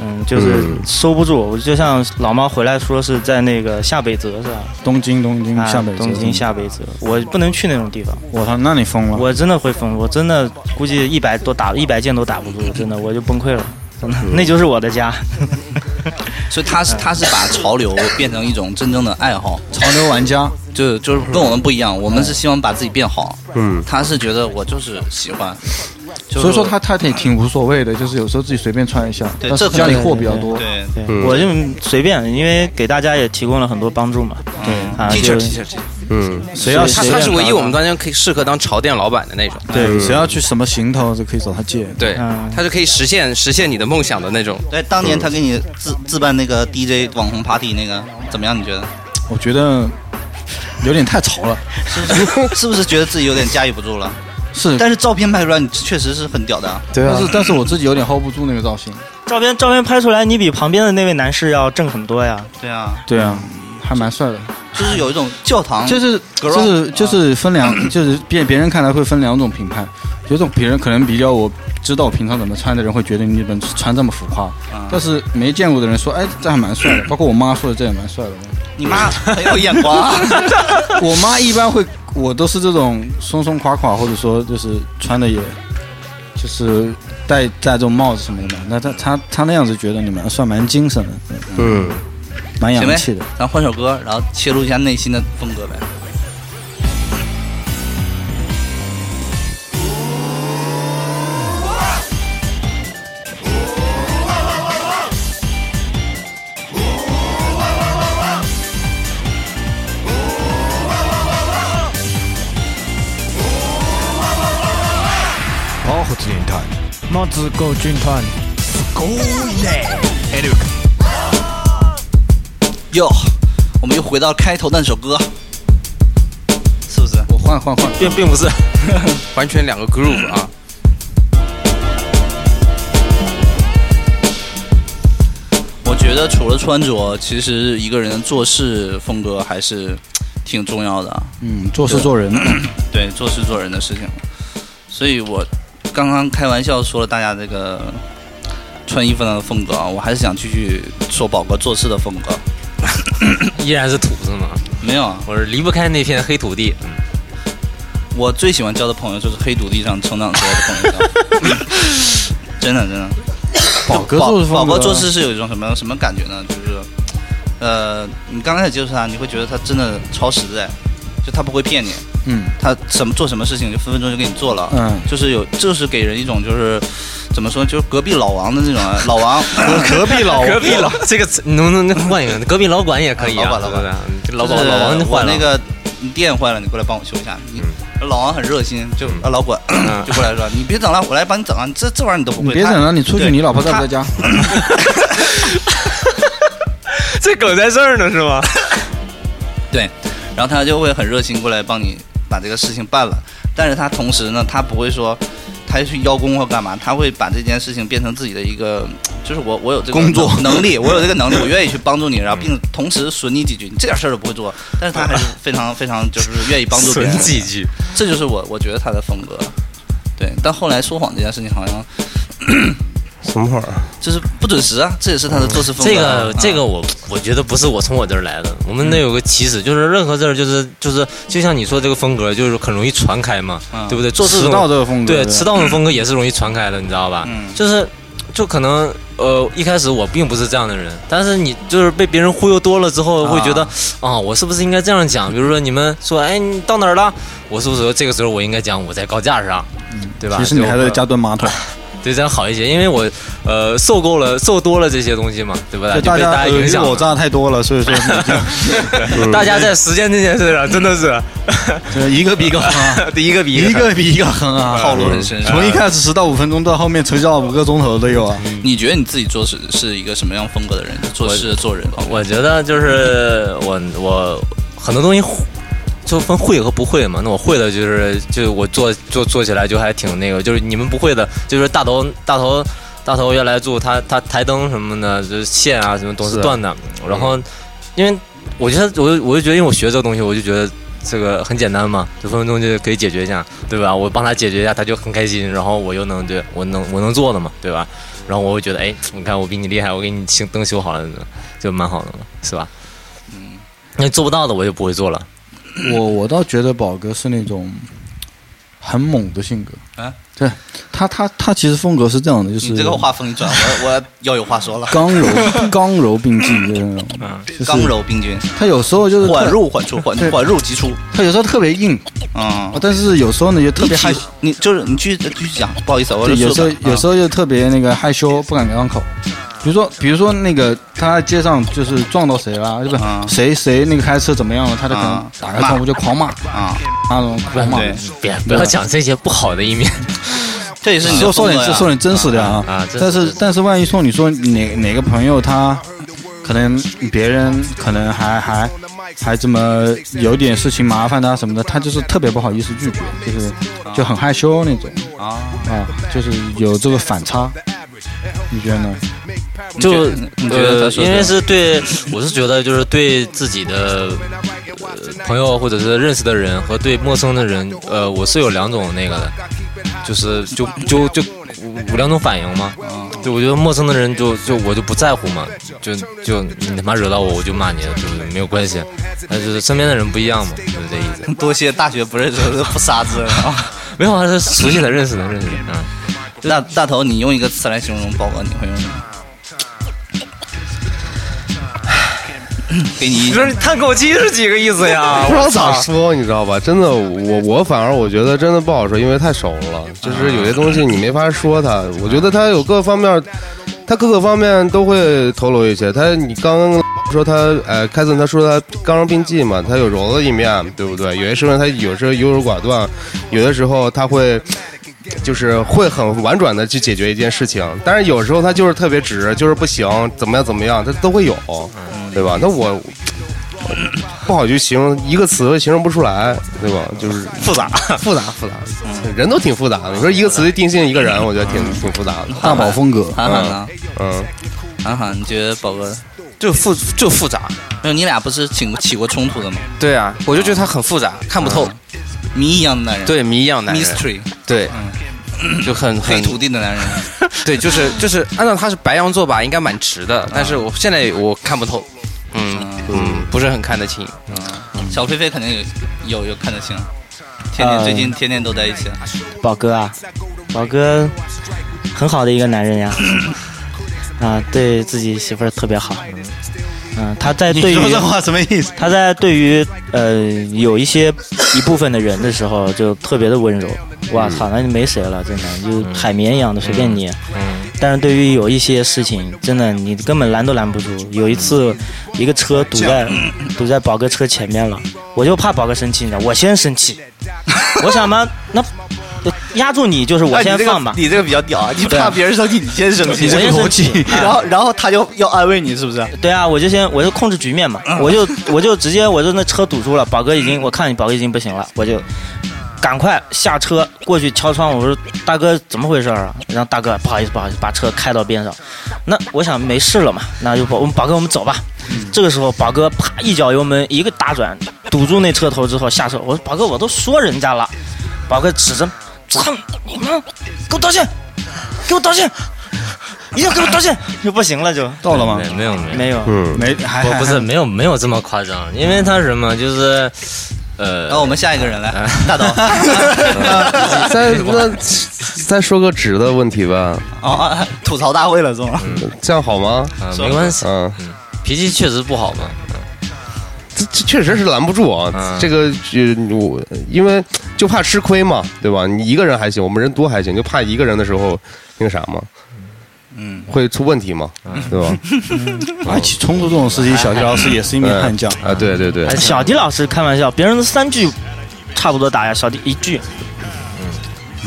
S8: 嗯，就是
S5: 嗯
S8: 收不住。我就像老猫回来说是在那个下北泽是吧？
S7: 东京东京
S8: 啊
S7: 嗯下北泽
S8: 东京，下北泽，我不能去那种地方，
S7: 我操，那你疯了！
S8: 我真的会疯，我真的估计一百多打一百件都打不住，真的我就崩溃了，真的，
S7: 嗯
S8: 那就是我的家。
S4: 所以他是他是把潮流变成一种真正的爱好。
S7: 潮流玩家，
S4: 就就是跟我们不一样，我们是希望把自己变好，
S5: 嗯，
S4: 他是觉得我就是喜欢，就是
S7: 所以说他他也挺无所谓的，就是有时候自己随便穿一下，
S4: 对
S7: 但是
S4: 这可
S7: 家
S4: 能
S7: 里货比较多。
S4: 对
S8: 对
S5: 嗯
S8: 我就随便，因为给大家也提供了很多帮助嘛。啊，
S3: ，teacher
S8: 就
S3: teacher，
S5: 嗯，
S7: 谁要
S3: 他
S7: 谁
S3: 他是
S7: 要
S3: 唯一我们当中可以适合当潮店老板的那种，
S7: 对，谁要去什么行头就可以找他借。
S3: 对
S8: 嗯，
S3: 他是可以实现实现你的梦想的那种。
S4: 对，当年他给你自自办那个 DJ 网红 party 那个怎么样？你觉得
S7: 我觉得有点太潮了，
S4: 是不 是是不是觉得自己有点驾驭不住了？
S7: 是，
S4: 但是照片拍出来，你确实是很屌的啊。
S5: 对
S7: 但是但是我自己有点 hold 不住那个造型。
S8: 照片照片拍出来，你比旁边的那位男士要正很多呀。
S4: 对啊，
S7: 对啊，还蛮帅的，
S4: 就是有一种教堂，
S7: 就是
S4: 啊
S7: 就是就是分两， 就是别别人看来会分两种评判，有种别人可能比较我知道我平常怎么穿的人会觉得你怎么穿这么浮夸，
S4: 啊
S7: 但是没见过的人说，哎，这还蛮帅的，包括我妈说的这也蛮帅的。
S4: 你妈很有眼光 啊，
S7: 我妈一般会，我都是这种松松垮垮，或者说就是穿的也，就是戴戴这种帽子什么的。那她她她那样子觉得你们算蛮精神的，嗯
S5: 嗯，
S7: 蛮
S4: 行
S7: 洋
S4: 呗
S7: 气的。，
S4: 咱换首歌，然后切入一下内心的风格呗。哟，我们又回到开头那首歌，是不是？
S7: 我换换换，
S8: 并并不是，
S3: 完全两个 groove 啊。
S4: 觉得除了穿着，其实一个人的做事风格还是挺重要的啊。
S7: 嗯，做事做人，
S4: 对做事做人的事情。所以我刚刚开玩笑说了大家这个穿衣服上的风格啊，我还是想继续说宝哥做事的风格。
S6: 依然是土是吗？
S4: 没有啊，
S6: 我是离不开那片黑土地。
S4: 我最喜欢交的朋友就是黑土地上成长出来的朋友， 真的真的。
S7: 宝哥
S4: 宝
S7: 做事风
S4: 宝
S7: 格
S4: 哥做事是有一种什么什么感觉呢？就是，呃，你刚开始接触他，你会觉得他真的超实在，就他不会骗你，
S7: 嗯
S4: 他什么做什么事情就分分钟就给你做了，
S7: 嗯，
S4: 就是有就是给人一种就是怎么说，就是隔壁老王的那种啊老 王，
S5: 隔壁
S4: 哦
S5: 老
S6: 隔壁老这个词能能能换一个，隔壁老管也可以啊。
S4: 老管老管
S6: 管，老
S4: 就是
S6: 管老王就
S4: 我
S6: 换了
S4: 那个你电坏了，你过来帮我修一下。你老王很热心，就啊老管就过来说，你别整了，我来帮你整啊，这这玩意儿你都不
S7: 你
S4: 会，
S7: 别
S4: 他
S7: 整了，你出去，
S4: 对
S7: 你老婆在
S4: 他
S7: 不在家？
S6: 这梗在这儿呢是吗？
S4: 对，然后他就会很热心过来帮你把这个事情办了。但是他同时呢，他不会说他去邀功或干嘛，他会把这件事情变成自己的一个，就是我我有这个工作能力，我有这个能力，我愿意去帮助你，然后 并同时损你几句，你这点事儿都不会做，但是他还是非常非常就是愿意帮助别
S6: 损
S4: 人，
S6: 几句，
S4: 这就是我我觉得他的风格。对，但后来说谎这件事情好像
S5: 什么会儿？
S4: 就是不准时啊，这也是他的做事风格
S6: 这
S4: 啊。
S6: 个这
S4: 啊
S6: 个我我觉得不是我从我这儿来的，我们那有个起始，就是任何字儿就是就是就像你说这个风格，就是很容易传开嘛，
S4: 嗯
S6: 对不对？做事
S7: 迟
S6: 这
S7: 到
S6: 种
S7: 这个风格，
S6: 对迟到的风格也是容易传开的，你知道吧？
S4: 嗯
S6: 就是就可能呃一开始我并不是这样的人，但是你就是被别人忽悠多了之后，会觉得啊我是不是应该这样讲？比如说你们说哎你到哪儿了？我是不是这个时候我应该讲我在高架上，对吧？
S7: 其实你还
S6: 就呃
S7: 在家蹲马桶，
S6: 对这样好一些，因为我呃受够了受多了这些东西嘛，对不对？
S7: 就
S6: 就被
S7: 家
S6: 大
S7: 呃
S6: 家影响了
S7: 我炸太多了，所以说你就
S6: 大家在实践这件事上真的 是
S7: 就是一个比一个狠啊，
S6: 一个比
S7: 一个比一个狠啊，
S4: 套路很深是吧
S7: 从一开始迟到五分钟到后面迟到五个钟头都有啊，
S4: 你觉得你自己做事是一个什么样风格的人？做事做人，
S6: 我觉得就是我我很多东西就分会和不会嘛。那我会的就是就我做做做起来就还挺那个，就是你们不会的，就是大头大头大头原来做他他台灯什么的，就是线啊嗯什么都是
S5: 是
S6: 断的。然后因为我觉得我就我就觉得，因为我学这个东西，我就觉得。这个很简单嘛，就分分钟就可以解决一下，对吧？我帮他解决一下，他就很开心，然后我又能对我能我能做的嘛，对吧？然后我会觉得，哎，你看我比你厉害，我给你修灯修好了，就蛮好的嘛，是吧？
S4: 嗯
S6: 那做不到的我就不会做了。
S7: 我我倒觉得宝哥是那种很猛的性格
S4: 啊，
S7: 对他他他其实风格是这样的，就是
S4: 你这个画风一转，我我要有话说了。
S7: 刚柔刚柔并进就是那种，就是
S4: 刚柔并进，
S7: 他有时候就是
S4: 缓
S7: 特，
S4: 入缓出，缓
S7: 对
S4: 缓入急出。
S7: 他有时候特别硬，
S4: 嗯，
S7: 但是有时候呢又特
S4: 你
S7: 别害
S4: 体，你就是你去继续讲，不好意思，我
S7: 对，有时候有时
S4: 候
S7: 候又特别那个害羞，不敢张口。比如说，比如说那个他在街上就是撞到谁了，就是
S4: 啊
S7: 谁谁那个开车怎么样了，他就可能
S4: 啊
S7: 打开窗户就狂骂，
S4: 啊，
S7: 那种狂骂。
S4: 对
S6: 别不要讲这些不好的一面，
S4: 这也是你的
S7: 说
S4: 风
S7: 说
S4: 格
S7: 点
S4: 呀
S7: 说点真实的啊，
S6: 啊真实
S7: 但是
S6: 真实
S7: 但是万一说你说哪哪个朋友他可能别人可能还还还这么有点事情麻烦他什么的，他就是特别不好意思拒绝，就是就很害羞那种
S4: 啊，
S7: 啊，就是有这个反差，你觉得呢？
S6: 就
S4: 你觉得
S6: 呃
S4: 他，说
S6: 因为
S4: 的
S6: 是对，我是觉得就是对自己的呃朋友或者是认识的人和对陌生的人，呃，我是有两种那个的，就是就就就我两种反应嘛。就我觉得陌生的人就就我就不在乎嘛，就就你他妈惹到我我就骂你，就是没有关系。但就是身边的人不一样嘛，就是这意思。
S4: 嗯多谢大学不认识的不杀之恩啊。
S6: 没有啊，是熟悉的、认识的、认识的，嗯。
S4: 大大头，你用一个词来形容宝哥，你会用什么？给你一
S6: 不是叹口气是几个意思呀
S5: 不知道咋说，你知道吧？真的，我我反而我觉得真的不好说，因为太熟了，就是有些东西你没法说他。我觉得他有各方面，他各个方面都会透露一些。他你刚刚说他，呃，凯森他说他刚柔并济嘛，他有柔的一面，对不对？有些时候他有时候优柔寡断，有的时候他会。就是会很婉转的去解决一件事情，但是有时候他就是特别直，就是不行，怎么样怎么样，他都会有，对吧？那我不好去形容一个词形容不出来，对吧？就是复杂，嗯复杂，复杂，人都挺复嗯 杂的。你说一个词定性一个人，我觉得挺挺复杂的。
S7: 大宝风格，
S4: 韩寒呢？
S5: 嗯，
S4: 韩寒，你觉得宝哥呢？
S3: 就复就复杂。
S4: 没有，你俩不是起起过冲突的吗？
S3: 对啊，我就觉得他很复杂，看不透。
S4: 谜一样的男人，
S3: 对，谜一样男人。
S4: 嗯，mystery，
S7: 嗯
S3: 对，就很
S4: 黑
S3: 很
S4: 土地的男 人，
S3: 对，就是就是，按照他是白羊座吧，应该蛮直
S4: 嗯
S3: 的，但是我现在我看不透，嗯嗯，不是很看得清。
S4: 小飞飞肯定有有有看得清，天天
S7: 嗯
S8: 呃
S4: 最近天天都在一起，
S8: 宝哥啊，宝哥很好的一个男人呀， 啊，对自己媳妇儿特别好。嗯，他在对于
S4: 说这话什么意思？
S8: 他在对于呃有一些一部分的人的时候，就特别的温柔。哇
S4: 嗯
S8: 操，那就没谁了，真的就海绵一样的随便你。
S4: 嗯
S8: 但是对于有一些事情，真的你根本拦都拦不住。有一
S4: 嗯
S8: 次，一个车堵在 堵在宝哥车前面了，我就怕宝哥生气，你知道，我先 生气。我想嘛，那呃压住你就是我先放吧。
S4: 哎你这个比较屌啊！你怕别人生气，你先生气，
S8: 我先生气，
S4: 然后然后他就要安慰你，是不是？
S8: 对啊，我就先我就控制局面嘛，
S7: 嗯
S8: 我就 我就直接我就那车堵住了，宝哥已经我看你宝哥已经不行了，我就赶快下车过去敲窗，我说大哥怎么回事儿啊？然后大哥不好意思不好意思，把车开到边上。那我想没事了嘛，那就宝我们宝哥我们走吧。
S7: 嗯
S8: 这个时候宝哥啪一脚油门一个大转堵住那车头之后下车，我说宝哥我都说人家了，宝哥指着操你妈，给我道歉，给我道歉。一定要给我道歉，就不行了就
S7: 到了吗？
S6: 没没有没有，
S8: 没有。
S7: 没，还
S6: 不
S7: 还
S6: 不是没有没有这么夸张，因为他是什么就是，呃
S4: 然，后我们下一个人来，
S7: 嗯
S4: 大刀。
S5: 再那 再说个直的问题吧，
S4: 哦，吐槽大会了是吗？
S7: 嗯
S5: 这样好吗？
S6: 啊没关系，
S5: 嗯，
S6: 脾气确实不好嘛。
S5: 这这确实是拦不住啊
S6: 嗯。
S5: 这个呃我因为就怕吃亏嘛，对吧？你一个人还行，我们人多还行，就怕一个人的时候那个啥嘛，嗯，会出问题嘛，对吧？
S7: 而且哎冲突这种事情，小徐老师也是一名悍将。
S5: 啊，对对对
S8: 哎，小迪老师开玩笑，别人三句差不多打呀，小迪一句。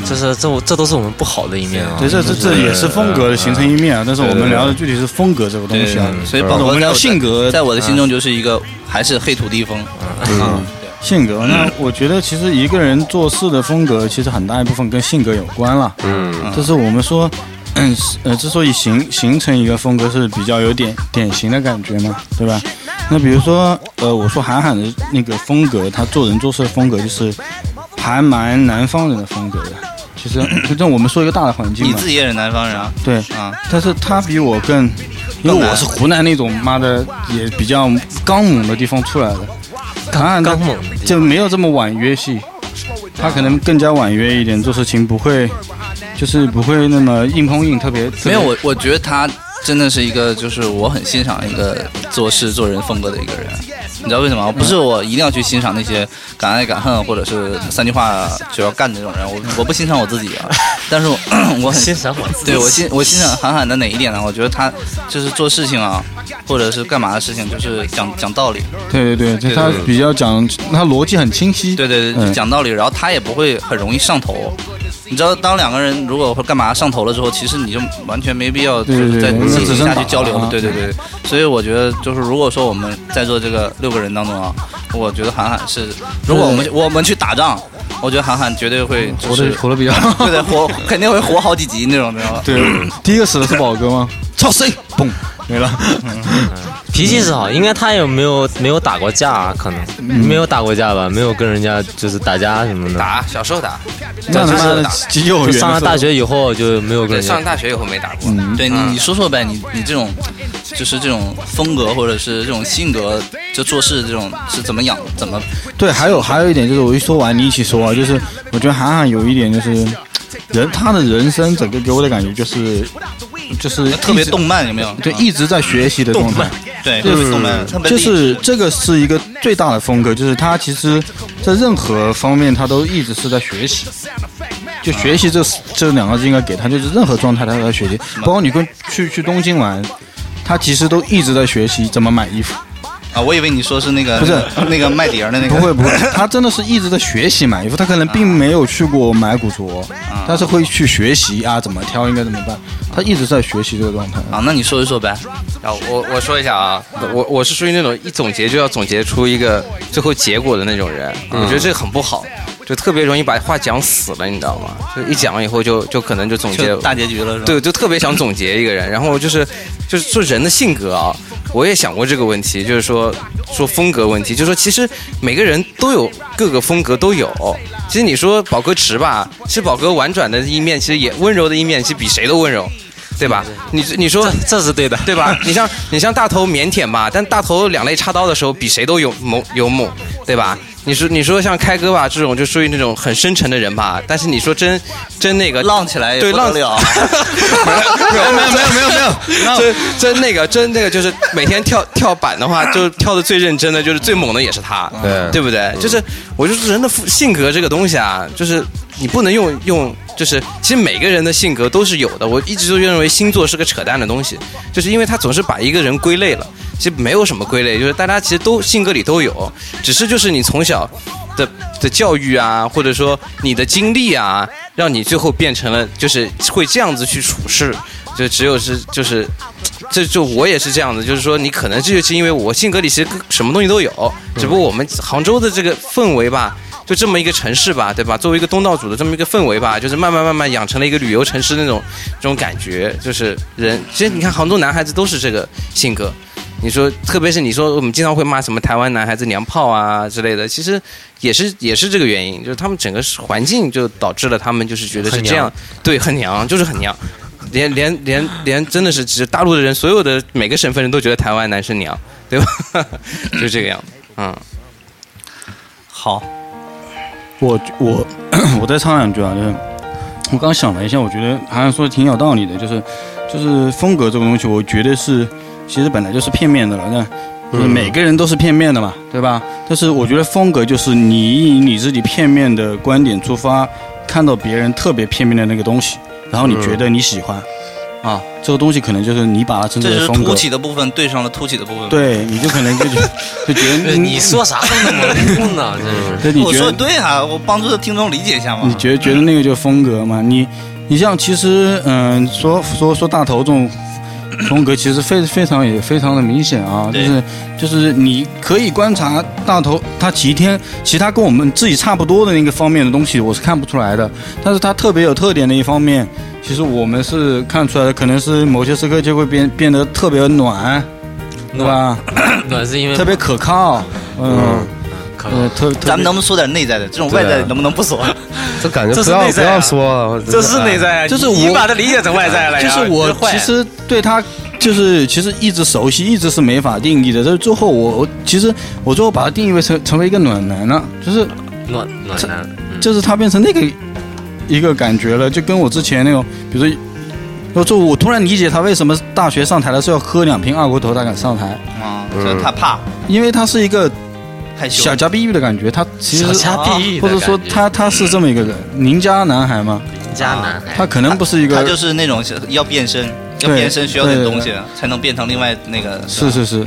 S6: 这是这我这都是我们不好的一面啊。
S7: 对，这这这也是风格的形成一面啊，但是我们聊的具体是风格这个东西啊。
S4: 所以
S7: 嗯
S4: 包括
S7: 我们聊性格
S4: 在我的心中就是一个还是黑土地风，
S7: 嗯，性格，那我觉得其实一个人做事的风格，其实很大一部分跟性格有关了。嗯，这是我们说，嗯，呃，之所以形形成一个风格是比较有点典型的感觉嘛，对吧？那比如说，呃，我说韩寒的那个风格，他做人做事的风格就是还蛮南方人的风格的。其实，就像我们说一个大的环境
S4: 你
S7: 嘛
S4: 自，己也是南方人啊？
S7: 对，
S4: 啊，
S7: 但是他比我更，因为
S4: 更南
S7: 我是湖南那种妈的也比较刚猛的地方出来的，刚
S6: 刚猛的地
S7: 就没有这么婉约系，他可能更加婉约一点，做事情不会，就是不会那么硬碰硬，特别
S4: 没有，我我觉得他真的是一个，就是我很欣赏一个做事做人风格的一个人。你知道为什么
S6: 嗯
S4: 吗？不是我一定要去欣赏那些敢爱敢恨或者是三句话就要干的那种人，我我不欣赏我自己 啊。但 是我我很
S6: 欣赏我自己。
S4: 对我欣我欣赏韩寒的哪一点呢？我觉得他就是做事情啊，或者是干嘛的事情，就是讲讲道理。
S7: 对对对，他比较讲，他逻辑很清 晰，
S4: 对对对，就
S7: 嗯
S4: 讲道理，然后他也不会很容易上头。你知道，当两个人如果会干嘛上头了之后，其实你就完全没必要就
S7: 对对
S4: 是
S7: 对
S4: 再
S7: 我们
S4: 进
S7: 只
S4: 行
S7: 剩
S4: 下去
S7: 打
S4: 交流
S7: 了
S4: 了。
S7: 啊
S4: 对对对，所以我觉得就是如果说我们在座这个六个人当中啊，我觉得韩寒是，如果我们我们去打仗，我觉得韩寒绝对会就
S7: 活
S4: 是
S7: 得活得比较。
S4: 对对活肯定会活好几集那种，你知道吗？
S7: 对，第一个死的是宝哥吗？
S4: 操谁？
S7: 嘣，没 了。
S6: 脾气是好，应该他也没有没有打过架、啊，可能、
S5: 嗯
S6: 没有打过架吧，没有跟人家就是打架什么的。
S3: 打小时候打，
S7: 那他 妈的极幼儿
S6: 就
S7: 园
S6: 上了大
S7: 的时
S6: 学以后就没有跟
S3: 对，
S6: 人
S3: 上
S6: 家
S3: 了。大学以后没打过。
S4: 对
S7: 嗯
S4: 你，你说说呗，你你这种就是这种风格或者是这种性格，就做事这种是怎么养怎么
S7: 候，对，还有还有一点就是我一说完你一起说啊，就是我觉得韩寒有一点就是人他的人生整个给我的感觉就是就是
S4: 特别
S7: 一直
S4: 动漫有没有？
S7: 对，一直在学习的状态。
S3: 嗯
S4: 对，
S7: 就是
S4: 动漫，特别
S7: 就是这个是一个最大的风格，就是他其实，在任何方面他都一直是在学习。就学习这这两个字应该给他，就是任何状态他都在学习，包括你跟去去东京玩，他其实都一直在学习怎么买衣服。
S4: 啊，我以为你说是那个
S7: 不是
S4: 那个卖碟儿的那个，
S7: 不会不会，他真的是一直在学习买衣服，他可能并没有去过买古着，
S4: 啊
S7: 但是会去学习啊怎么挑应该怎么办，他一直在学习这个状态。
S4: 啊，那你说一说呗。
S3: 啊，我我说一下啊，我我
S4: 嗯
S3: 是属于那种一总结就要总结出一个最后结果的那种人，我觉得这个很不好。就特别容易把话讲死了，你知道吗？就一讲以后就就可能就总结
S4: 就大结局了是吧？
S3: 对，就特别想总结一个人。然后就是，就是说人的性格啊，我也想过这个问题，就是说说风格问题，就是说其实每个人都有各个风格都有。其实你说宝哥直吧，其实宝哥婉转的一面，其实也温柔的一面，其实比谁都温柔。对吧？你你说这是对的，对 吧？你像你像大头腼腆吧，但大头两肋插刀的时候比谁都勇猛勇猛，对吧？你说你说像开哥吧，这种就属于那种很深沉的人吧，但是你说真真那个
S4: 浪起来也
S3: 对
S4: 不
S3: 浪
S4: 得了啊
S3: 没有没有没有没有没有，真真那个真那个就是每天跳跳板的话，就是跳的最认真的，就是最猛的也是他，
S5: 对
S3: 对不对？就是我就是人的父性格这个东西啊，就是你不能用用，就是其实每个人的性格都是有的。我一直都认为星座是个扯淡的东西，就是因为它总是把一个人归类了，其实没有什么归类，就是大家其实都性格里都有，只是就是你从小的的教育啊，或者说你的经历啊，让你最后变成了就是会这样子去处事，就只有是就是，这就我也是这样的，就是说你可能这就是因为我性格里其实各什么东西都有，只不过我们杭州的这个氛围吧。就这么一个城市吧，对吧？作为一个东道主的这么一个氛围吧，就是慢慢慢慢养成了一个旅游城市那种这种感觉，就是人。其实你看杭州男孩子都是这个性格，你说，特别是你说我们经常会骂什么台湾男孩子娘炮啊之类的，其实也是也是这个原因，就是他们整个环境就导致了他们就是觉得是这样，对，很娘，就是很娘。连连连连，真的是，只大陆的人，所有的每个省份人都觉得台湾男生娘，对吧？ 就这个样子，嗯，
S4: 好，
S7: 我我我再唱两句啊，就是我刚想了一下，我觉得好像说的挺有道理的，就是就是风格这个东西，我觉得是其实本来就是片面的了，那
S4: 嗯
S7: 就是每个人都是片面的嘛，对吧？但是我觉得风格就是你以你自己片面的观点出发，看到别人特别片面的那个东西，然后你觉得你喜欢，啊，这个东西可能就是你把它称
S4: 嗯
S7: 之
S4: 这
S7: 为
S4: 是
S7: 风格
S4: 凸。起的部分对上了凸起的部分。，
S7: 对，你就可能就觉得就 觉得
S6: 你说啥都能糊呢，真是。
S7: 对，你
S4: 我
S7: 觉
S4: 说
S7: 得
S4: 的对啊，我帮助听众理解一下嘛
S7: 你。觉得觉得那个就是风格嘛？你你像其实嗯、说说说大头这种风格，其实非非常也非常的明显啊，就
S4: 对
S7: 是就是你可以观察大头他其天其他跟我们自己差不多的那个方面的东西，我是看不出来的，但是他特别有特点的一方面，其实我们是看出来的，可能是某些时刻就会变变得特别暖。对吧？
S6: 暖是因为
S7: 特别可靠，嗯，
S6: 可
S7: 呃，特特别
S4: 咱们能不能说点内在的？这种外在的能不能不说？
S5: 这感觉
S6: 这
S5: 不
S6: 是
S5: 要
S6: 内
S5: 不
S6: 在啊啊
S5: 要说了，
S3: 这是内在，啊
S7: 就是
S3: 你
S7: 我
S3: 把它理解成外在
S6: 哎
S3: 了呀，
S7: 就是我
S3: 坏
S7: 其实对他就是其实一直熟悉，一直是没法定义的。就是最后我我其实我最后把他定义为成成为一个暖男了，就是
S6: 暖暖男，嗯
S7: 就是他变成那个一个感觉了，就跟我之前那种，比如说。我就我突然理解他为什么大学上台的时候要喝两瓶二锅头，他敢上台，
S4: 啊，就是他怕
S7: 因为他是一个
S4: 害羞
S7: 小。家碧玉的感觉，他其实啊
S6: 小家碧玉的
S7: 或
S6: 感
S7: 者
S6: 觉，
S7: 说他他是这么一个人，邻家男孩嘛，
S6: 家男孩，
S7: 他可能不是一个
S6: 哎
S4: 他
S6: 啊
S4: 就是那种要变身，要
S7: 对
S4: 变身需要
S7: 对
S4: 点
S7: 对
S4: 东西才能变成另外那个，
S7: 是是是，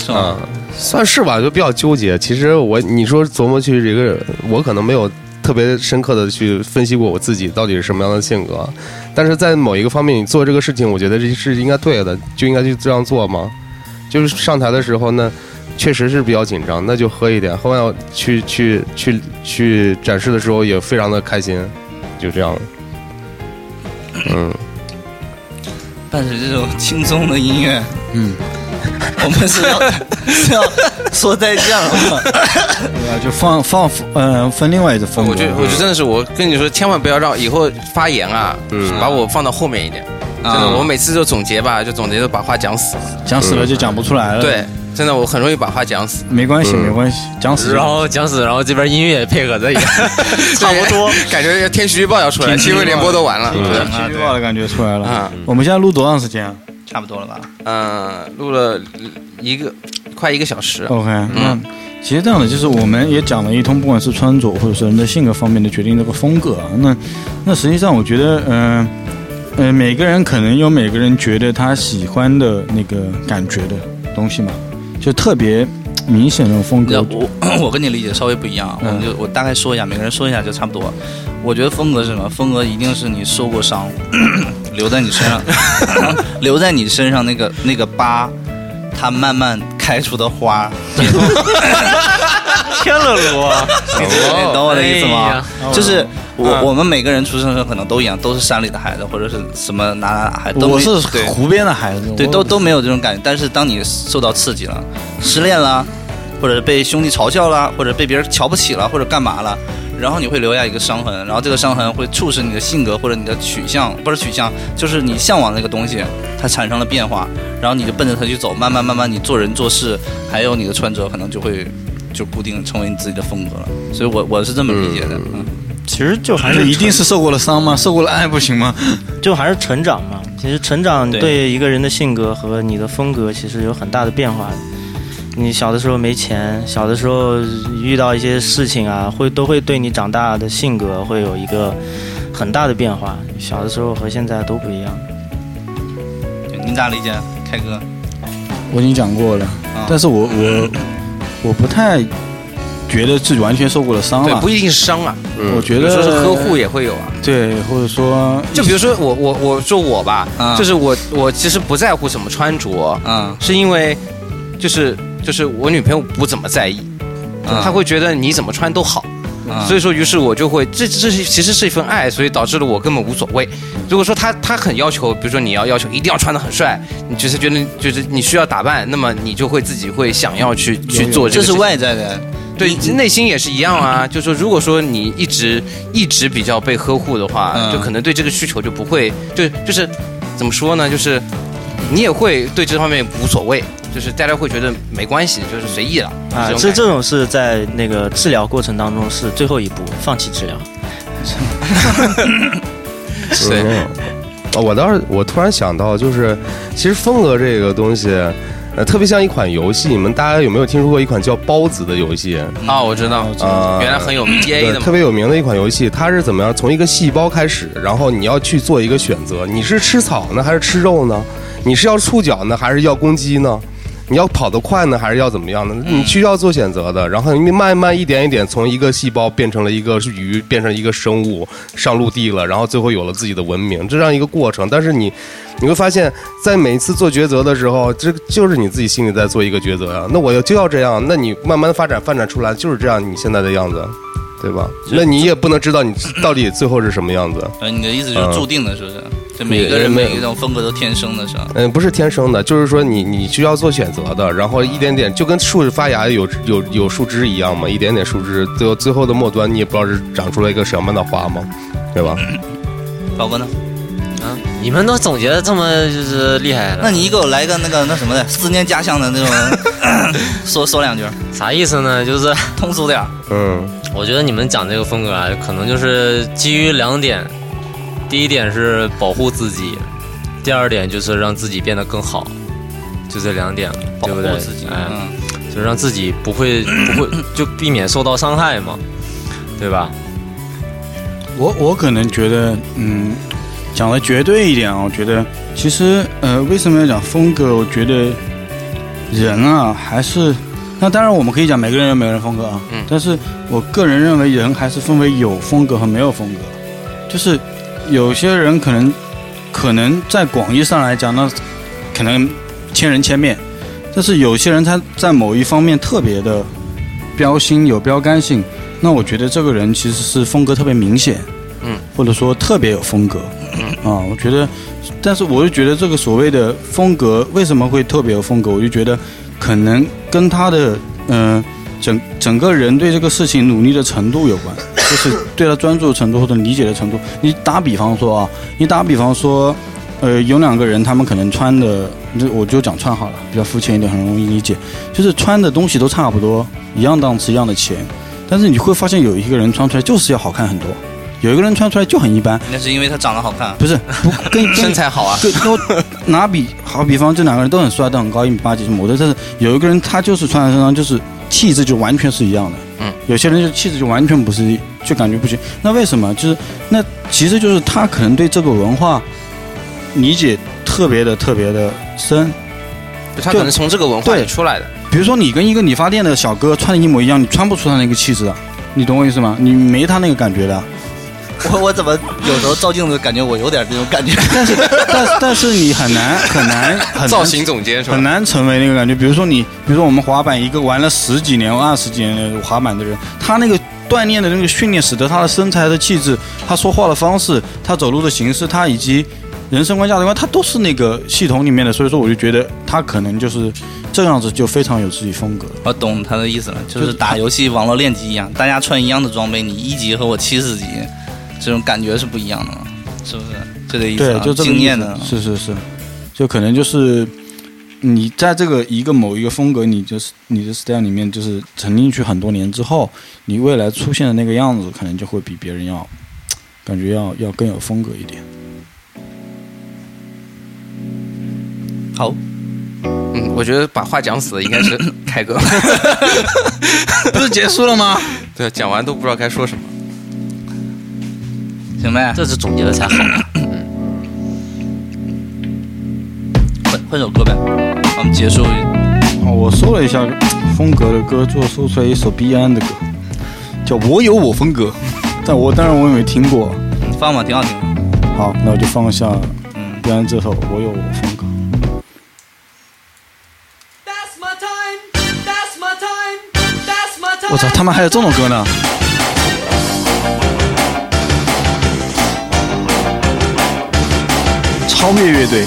S4: 是
S3: 啊
S4: 吗？
S5: 嗯算是吧，就比较纠结。其实我你说琢磨去这个，我可能没有特别深刻的去分析过我自己到底是什么样的性格，但是在某一个方面，你做这个事情，我觉得这是应该对的，就应该去这样做嘛。就是上台的时候呢，确实是比较紧张，那就喝一点，后面去去去去展示的时候也非常的开心，就这样。嗯，
S4: 伴随这种轻松的音乐，
S7: 嗯，
S4: 我们是要 是要说再见了吗？
S7: 对吧？就放放嗯、分另外一种风格。
S3: 我觉得，我觉得真的是，我跟你说，千万不要让以后发言啊，
S5: 嗯
S3: 把我放到后面一点。
S6: 啊
S3: 真的，我每次就总结吧，就总结都把话讲死。
S6: 嗯
S7: 讲死了就讲不出来了。，
S3: 对，真的，我很容易把话讲死。
S7: 没关系，
S5: 嗯
S7: 没关系，讲死
S6: 然
S7: 了。
S6: 后讲死，然后这边音乐也配合 着也 差不多，
S3: 感觉天气预报要出来，
S7: 天气
S3: 新
S7: 预报
S3: 闻联播都完了。
S4: 嗯
S7: 情绪化的感觉出来了
S3: 啊。
S7: 我们现在录多长时间啊
S4: 差不多了吧？
S3: 嗯，录了一个快一个小时。啊
S7: ？OK，那其实这样的就是我们也讲了一通，不管是穿着或者是人的性格方面的决定这个风格啊。那那实际上我觉得，嗯、呃，每个人可能有每个人觉得他喜欢的那个感觉的东西嘛，就特别明显那种风格。
S4: 我我跟你理解稍微不一样啊，我
S7: 嗯
S4: 们就我大概说一下，每个人说一下就差不多。我觉得风格是什么？风格一定是你受过伤， 留在你身上，留在你身上那个那个疤，它慢慢开出的花，
S8: 天了罗，
S7: 哦
S4: 你懂我的意思
S6: 哎
S4: 吗
S6: 呀？
S4: 就是
S7: 嗯
S4: 我我们每个人出生的时候可能都一样，都是山里的孩子或者是什么哪哪哪孩子，都
S7: 我
S4: 没
S7: 是
S4: 对
S7: 湖边的孩子，
S4: 对，
S7: 我
S4: 都都没有这种感觉。但是当你受到刺激了，失恋了，或者被兄弟嘲笑了，或者被别人瞧不起了，或者干嘛了，然后你会留下一个伤痕，然后这个伤痕会促使你的性格或者你的取向，不是取向，就是你向往那个东西，它产生了变化，然后你就奔着它去走，慢慢慢慢，你做人做事，还有你的穿着，可能就会就固定成为你自己的风格了。所以我我是这么理解的。嗯
S8: 其实就还
S7: 就是一定是受过了伤吗？受过了爱不行吗？
S8: 就还是成长嘛。其实成长对一个人的性格和你的风格其实有很大的变化。你小的时候没钱，小的时候遇到一些事情啊，会都会对你长大的性格会有一个很大的变化。小的时候和现在都不一样。
S4: 对你嗯咋理解，凯哥？
S7: 我已经讲过了，
S4: 啊
S7: 但是我我我不太觉得自己完全受过了伤
S3: 对，
S7: 了
S3: 不。一定是伤啊，
S7: 我
S3: 比
S7: 觉
S3: 如
S7: 得
S3: 说是呵护也会有啊。
S7: 对，或者说
S3: 就比如说我我我说我吧，
S4: 啊
S3: 就是我我其实不在乎怎么穿着，
S4: 嗯，
S3: 是因为就是就是我女朋友不怎么在意，她会觉得你怎么穿都好。
S4: 嗯
S3: 所以说，于是我就会，这这是其实是一份爱，所以导致了我根本无所谓。如果说她她很要求，比如说你要要求一定要穿得很帅，你就是觉得就是你需要打扮，那么你就会自己会想要去去做这
S4: 这
S3: 个事
S4: 是
S3: 情。
S4: 外在的，
S3: 对
S4: 你你，
S3: 内心也是一样啊。就说如果说你一直一直比较被呵护的话，
S4: 嗯
S3: 就可能对这个需求就不会，就就是怎么说呢，就是你也会对这方面无所谓，就是大家会觉得没关系，就是随意了
S8: 啊，
S3: 这
S8: 这
S3: 种
S8: 这种是在那个治疗过程当中是最后一步，放弃治疗。
S3: 感觉对。
S5: 嗯哦，我倒是我突然想到，就是其实风格这个东西，呃，特别像一款游戏。你们大家有没有听说过一款叫包子的游戏？
S3: 啊，我知道，
S5: 啊
S3: 原来很有名 D A
S5: 对，
S3: 的
S5: 特
S3: 嘛，
S5: 别有名的一款游戏，它是怎么样？从一个细胞开始，然后你要去做一个选择，你是吃草呢，还是吃肉呢？你是要触角呢，还是要攻击呢？你要跑得快呢，还是要怎么样呢？你需要做选择的，然后你慢慢一点一点从一个细胞变成了一个鱼，变成一个生物，上陆地了，然后最后有了自己的文明，这样一个过程。但是你，你会发现在每一次做抉择的时候，这就是你自己心里在做一个抉择啊。那我要就要这样，那你慢慢发展发展出来就是这样你现在的样子。对吧？那你也不能知道你到底最后是什么样子。
S4: 呃，你的意思就是注定的，是不是？就每
S5: 也
S4: 个人
S5: 也没有
S4: 每一种风格都天生的，是吧？
S5: 嗯，不是天生的，就是说你你需要做选择的，然后一点点就跟树发芽有有有树枝一样嘛，一点点树枝，最后最后的末端你也不知道是长出来一个什么样的花嘛，对吧？
S4: 宝哥呢？
S6: 啊，你们都总结的这么就是厉害了，
S4: 那你给我来个那个那什么的，思念家乡的那 种，说说两句，
S6: 啥意思呢？就是
S4: 通俗点儿。
S5: 嗯，
S6: 我觉得你们讲这个风格啊，可能就是基于两点，第一点是保护自己，第二点就是让自己变得更好，就这两点，
S4: 保
S6: 对
S4: 护
S6: 不对？
S4: 自己，
S6: 哎，
S4: 嗯，
S6: 就让自己不会不会就避免受到伤害嘛，对吧？
S7: 我我可能觉得，嗯，讲的绝对一点啊，我觉得其实呃，为什么要讲风格？我觉得人啊，还是那当然我们可以讲每个人有每个人风格啊，
S3: 嗯
S7: 但是我个人认为人还是分为有风格和没有风格，就是有些人可能可能在广义上来讲，那可能千人千面，但是有些人他在某一方面特别的标新有标杆性，那我觉得这个人其实是风格特别明显，
S3: 嗯，
S7: 或者说特别有风格，啊，我觉得，但是我就觉得这个所谓的风格为什么会特别有风格，我就觉得可能跟他的嗯、呃整整个人对这个事情努力的程度有关，就是对他专注的程度或者理解的程度。你打比方说啊，你打比方说，呃，有两个人他们可能穿的，那我就讲穿好了，比较肤浅一点，很容易理解，就是穿的东西都差不多，一样档次，一样的钱。但是你会发现有一个人穿出来就是要好看很多，有一个人穿出来就很一般，
S4: 那是因为他长得好看。
S7: 不是不跟跟
S3: 身材好啊，
S7: 跟都拿比好比方，这两个人都很帅，都很高，一米八几是模特，但是有一个人他就是穿在身上就是气质就完全是一样的，
S3: 嗯，
S7: 有些人就气质就完全不是，就感觉不行。那为什么？就是那其实就是他可能对这个文化理解特别的特别的深。
S3: 他可能从这个文化
S7: 对
S3: 里出来的。
S7: 比如说你跟一个理发店的小哥穿的一模一样，你穿不出他那个气质啊，你懂我意思吗？你没他那个感觉的。
S4: 我我怎么有时候照镜子感觉我有点这种感觉？
S7: 但是但但是你很难很难很难
S3: 造型总监是吧
S7: 很？难成为那个感觉。比如说你，比如说我们滑板一个玩了十几年、二十几年的滑板的人，他那个锻炼的那个训练，使得他的身材的气质、他说话的方式、他走路的形式，他以及人生观、价值观，他都是那个系统里面的。所以说，我就觉得他可能就是这样子，就非常有自己风格。
S4: 我懂他的意思了，就是打游戏网络练级一样，大家穿一样的装备，你一级和我七十级，这种感觉是不一样的嘛，是不是？就这意思、
S7: 对
S4: 啊，，
S7: 就这么
S4: 经验的。
S7: 是是是，就可能就是你在这个一个某一个风格，你就是你的 style 里面就是沉进去很多年之后，你未来出现的那个样子，可能就会比别人要感觉要要更有风格一点。
S4: 好，
S3: 嗯，我觉得把话讲死的 应该是凯哥，
S7: 不是结束了吗？
S3: 对，讲完都不知道该说什么。
S4: 行呗，嗯
S6: 这次总结的才好。
S4: 换换首歌呗，我们结束。
S7: 哦，我搜了一下风格的歌，最后搜出来一首 Beyond 的歌，叫《我有我风格》， 但我当然我也没听过。
S4: 你嗯放吧，挺好听的。
S7: 好，那我就放一下
S4: 嗯
S7: Beyond 这首《我有我风格》。 我操，他妈还有这种歌呢！超越乐队，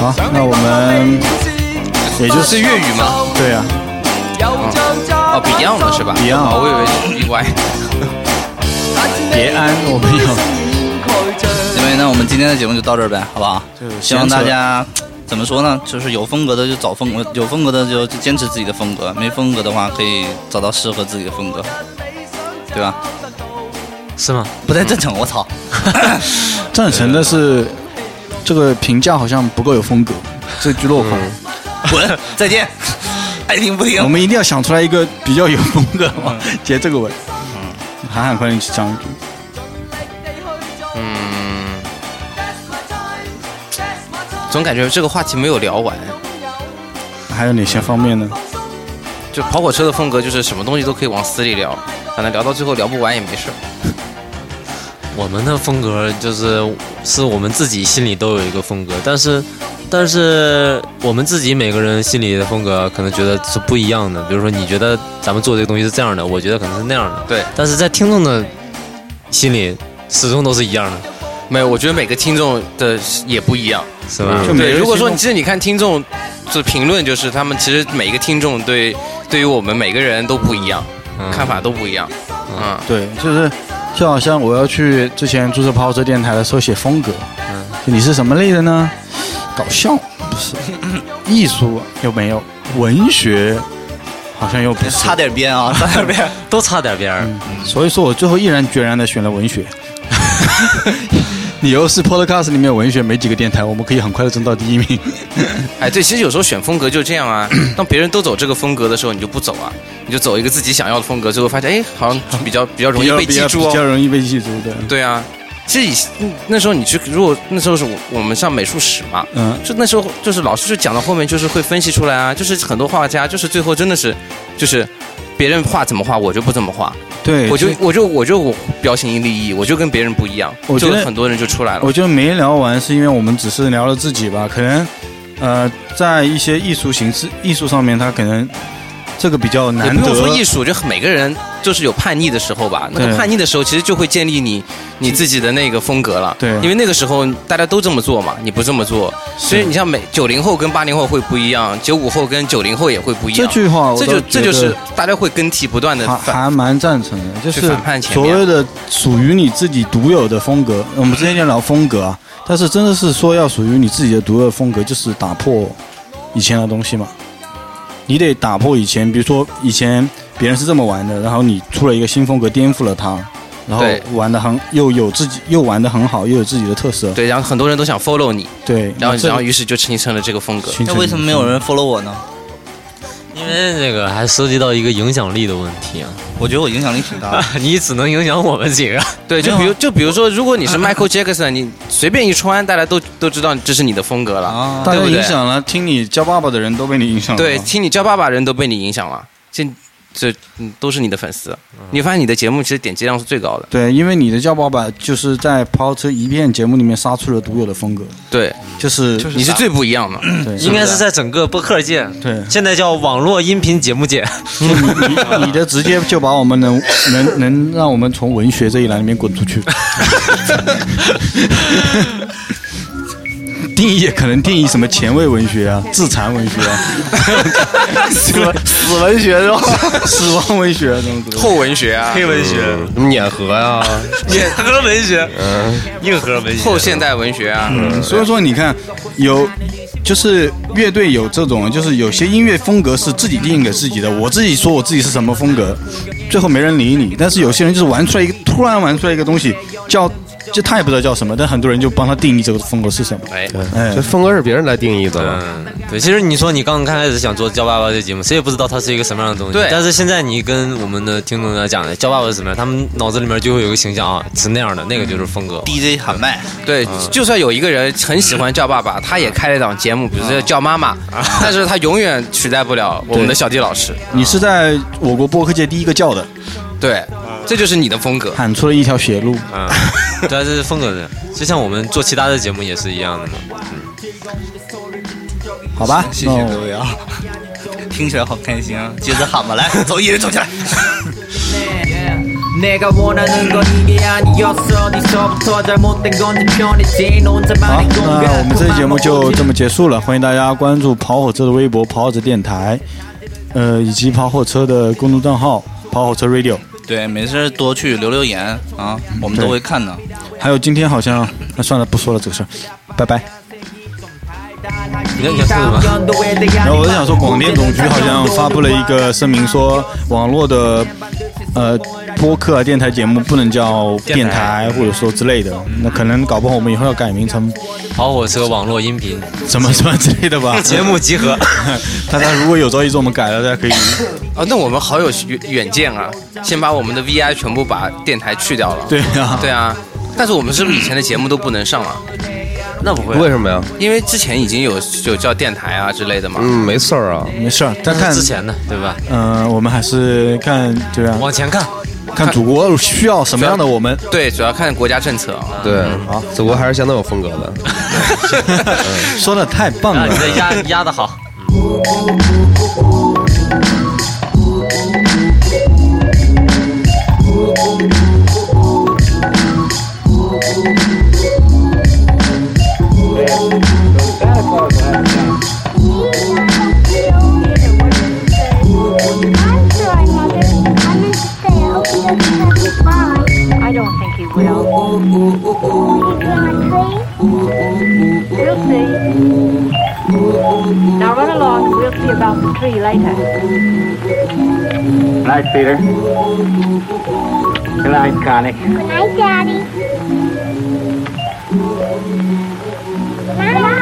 S7: 好，那我们也就
S3: 这
S7: 是
S3: 是粤语吗？
S7: 对啊，
S3: 哦，Beyond 的是吧
S7: Beyond
S3: 哦我以为是 BY。
S7: 别安，我们要。
S4: 因为那我们今天的节目就到这儿呗，好不好？希望大家怎么说呢？就是有风格的就找风格，有风格的就就坚持自己的风格，没风格的话可以找到适合自己的风格，对吧？
S6: 是吗？
S4: 不太正常，我操！
S7: 赞成的是，这个评价好像不够有风格，这句落空。嗯
S4: 滚，再见，爱听不
S7: 我
S4: 听。
S7: 们一定要想出来一个比较有风格的嘛， 结这个尾。嗯韩寒，快点去讲一句。
S3: 嗯总感觉这个话题没有聊完，
S7: 还有哪些方面呢？
S3: 就跑火车的风格就是什么东西都可以往死里聊，反正聊到最后聊不完也没事儿。
S6: 我们的风格就是是我们自己心里都有一个风格，但是但是我们自己每个人心里的风格可能觉得是不一样的。比如说，你觉得咱们做这个东西是这样的，我觉得可能是那样的，
S3: 对，
S6: 但是在听众的心里始终都是一样的，
S3: 没有，我觉得每个听众的也不一样。
S6: 是吧？
S7: 就每
S3: 对，
S7: 个
S3: 如果说
S7: 听众
S3: 其实你看听众的评论，就是他们其实每个听众对对于我们每个人都不一样，看法都不一样。嗯，
S7: 对，就是就好像我要去之前注册跑车电台的时候写风格，嗯，你是什么类的呢？搞笑不是，艺术又没有，文学好像又不是，
S4: 擦点边啊，擦点边。
S6: 都擦点边儿。
S7: 所以说我最后毅然决然的选了文学。理由是 Podcast 里面有文学没几个电台，我们可以很快的争到第一 名。
S3: 哎，对，其实有时候选风格就这样啊。当别人都走这个风格的时候，你就不走啊，你就走一个自己想要的风格，最后发现，哎，好像比较比较容易被
S7: 比
S3: 记
S7: 较
S3: 住
S7: 比较
S3: 哦。
S7: 容易被记住对。
S3: 对啊，其实以嗯那时候你去，如果那时候是我我们上美术史嘛，
S7: 嗯，
S3: 就那时候就是老师就讲到后面就是会分析出来啊，就是很多画家就是最后真的是就是别人画怎么画我就不怎么画，
S7: 对，
S3: 我就
S7: 这
S3: 我就我就我标新立异，我就跟别人不一样，
S7: 我觉
S3: 就
S7: 得
S3: 很多人就出来了。
S7: 我觉得没聊完，是因为我们只是聊了自己吧，可能呃，在一些艺术形式、艺术上面，它可能这个比较
S3: 也
S7: 难
S3: 不
S7: 得。
S3: 用说艺术，就每个人就是有叛逆的时候吧。那
S7: 对
S3: 个叛逆的时候，其实就会建立你你自己的那个风格了。
S7: 对
S3: 因为那个时候大家都这么做嘛，你不这么做，所以你像每九零后跟八零后会不一样，九五后跟九零后也会不一
S7: 啊这
S3: 样。
S7: 句话我
S3: 这
S7: 倒
S3: 就
S7: 觉
S3: 这
S7: 得
S3: 就是大家会更替不断的
S7: 还
S3: 反。
S7: 还蛮赞成的，就
S3: 去
S7: 是
S3: 反叛前
S7: 所
S3: 面
S7: 谓的属于你自己独有的风格。我们之前就聊风格啊，但是真的是说要属于你自己的独有风格，就是打破以前的东西嘛。你得打破以前，比如说以前别人是这么玩的，然后你出了一个新风格，颠覆了它，然后
S3: 对
S7: 玩的很又有自己又玩的很好，又有自己的特色。
S3: 对，然后很多人都想 follow 你，
S7: 对，
S3: 然后
S7: 那这
S3: 然后于是就形成了这个风格。
S7: 形
S4: 那
S7: 成
S4: 为什么没有人 follow 我呢？
S6: 因为这个还涉及到一个影响力的问题啊，
S4: 我觉得我影响力挺大的。
S6: 你只能影响我们几个。
S3: 对，就
S7: 啊
S3: 比如就比如说，如果你是 Michael Jackson，你随便一穿，大家都都知道这是你的风格了。
S4: 啊
S7: 大家
S3: 对不对
S7: 影响了，听你叫爸爸的人都被你影
S6: 嗯
S7: 响了。
S3: 对，听你叫爸爸人都被你影响了，这这嗯都是你的粉丝。
S6: 嗯
S3: 你发现你的节目其实点击量是最高的。
S7: 对，因为你的叫爸爸就是在跑车一片节目里面杀出了独有的风格，
S3: 对，
S6: 嗯
S7: 就是
S3: 你
S6: 啊
S3: 是最不一样的。
S7: 对
S6: 应该是在整个播客界，
S7: 对
S6: 现在叫网络音频节目界，
S7: 就你你你的直接就把我们能 能能让我们从文学这一栏里面滚出去。定义也可能定义什么前卫文学啊、自残文学 啊、
S4: 死文学是吧？
S7: 死亡文学啊这种之类 的。
S3: 后文学啊，
S6: 黑文学、
S5: 什么碾核呀、
S6: 硬核文学、嗯硬核文学。嗯
S3: 后现代文学啊，
S7: 所以说，你看，有就是乐队有这种，就是有些音乐风格是自己定给自己的，我自己说我自己是什么风格，最后没人理你。但是有些人就是玩出来一个，突然玩出来一个东西，叫就他也不知道叫什么，但很多人就帮他定义这个风格是什么。
S3: 哎，
S7: 哎
S5: 这，风格是别人来定义的嘛？
S6: 嗯，对，其实你说你刚刚开始想做《教爸爸》这节目，谁也不知道它是一个什么样的东西。
S3: 对
S6: 但是现在你跟我们的听众来讲，《教爸爸》是什么样，他们脑子里面就会有一个形象啊，是那样的，那个就是风格。
S4: DJ 喊麦，
S3: 对，
S6: 嗯
S3: 就算有一个人很喜欢叫爸爸，他也开了一档节目，比如说叫妈妈，
S6: 嗯
S3: 但是他永远取代不了我们的小迪老师。
S7: 你是在我国播客界第一个叫的，
S3: 对，这就是你的风格。
S7: 喊出了一条血路。
S6: 嗯， 对啊，这是风格的，就像我们做其他的节目也是一样的嘛。
S7: 好吧，
S4: 谢
S7: 那
S4: 谢
S7: 我
S4: 各位啊！听起来好开心啊！接着喊吧，来，走，一人走起来。
S10: 내가 원하는 건 이게 아니었어 어디서부터 잘못된 건지 편했지 너
S7: 好
S10: 혼자만의 ，
S7: 那
S10: 공
S7: 我
S10: 간
S7: 们这期节目
S10: 그만
S7: 就这么结束了，欢迎大家关注跑火车的微博“跑火车电台”，呃，以及跑火车的公众账号“跑火车 Radio”。
S4: 对，没事儿多去留留言啊，我们都会看的。
S7: 还有今天好像，那算了，不说了这个事儿，拜拜。
S6: 你看你看是什么？
S10: 연도에 대한
S7: 然后我就想说，广电总局好像发布了一个声明说，网络的呃播客啊、电台节目不能叫电台，或者说之类的。那可能搞不好我们以后要改名成
S6: 跑火车网络音频
S7: 什么什么之类的吧。
S6: 节 目集合，
S7: 大家如果有朝一日我们改了，大家可以
S3: 哦，那我们好有远远见啊！先把我们的 VI 全部把电台去掉了。
S7: 对 啊
S3: 对啊，但是我们是不是以前的节目都不能上啊？
S6: 那不会
S5: 为什么呀？
S3: 因为之前已经有有叫电台啊之类的嘛。
S5: 嗯，没事儿啊。
S7: 没事儿。但
S6: 那
S7: 看
S6: 是之前的对吧？
S7: 嗯、我们还是看对啊，
S6: 往前看，
S7: 看祖国需要什么样的我们。
S3: 对，主要看国家政策啊。
S5: 对，好，祖国还是相当有风格的。
S7: 说的太棒
S6: 啊，
S7: 了
S6: 你。这压压的好。
S11: I don't think he will. We'll see. Now run along. We'll see about the tree later.
S12: Night, Peter. Good night, Connie.
S11: Good night, Daddy. Good night.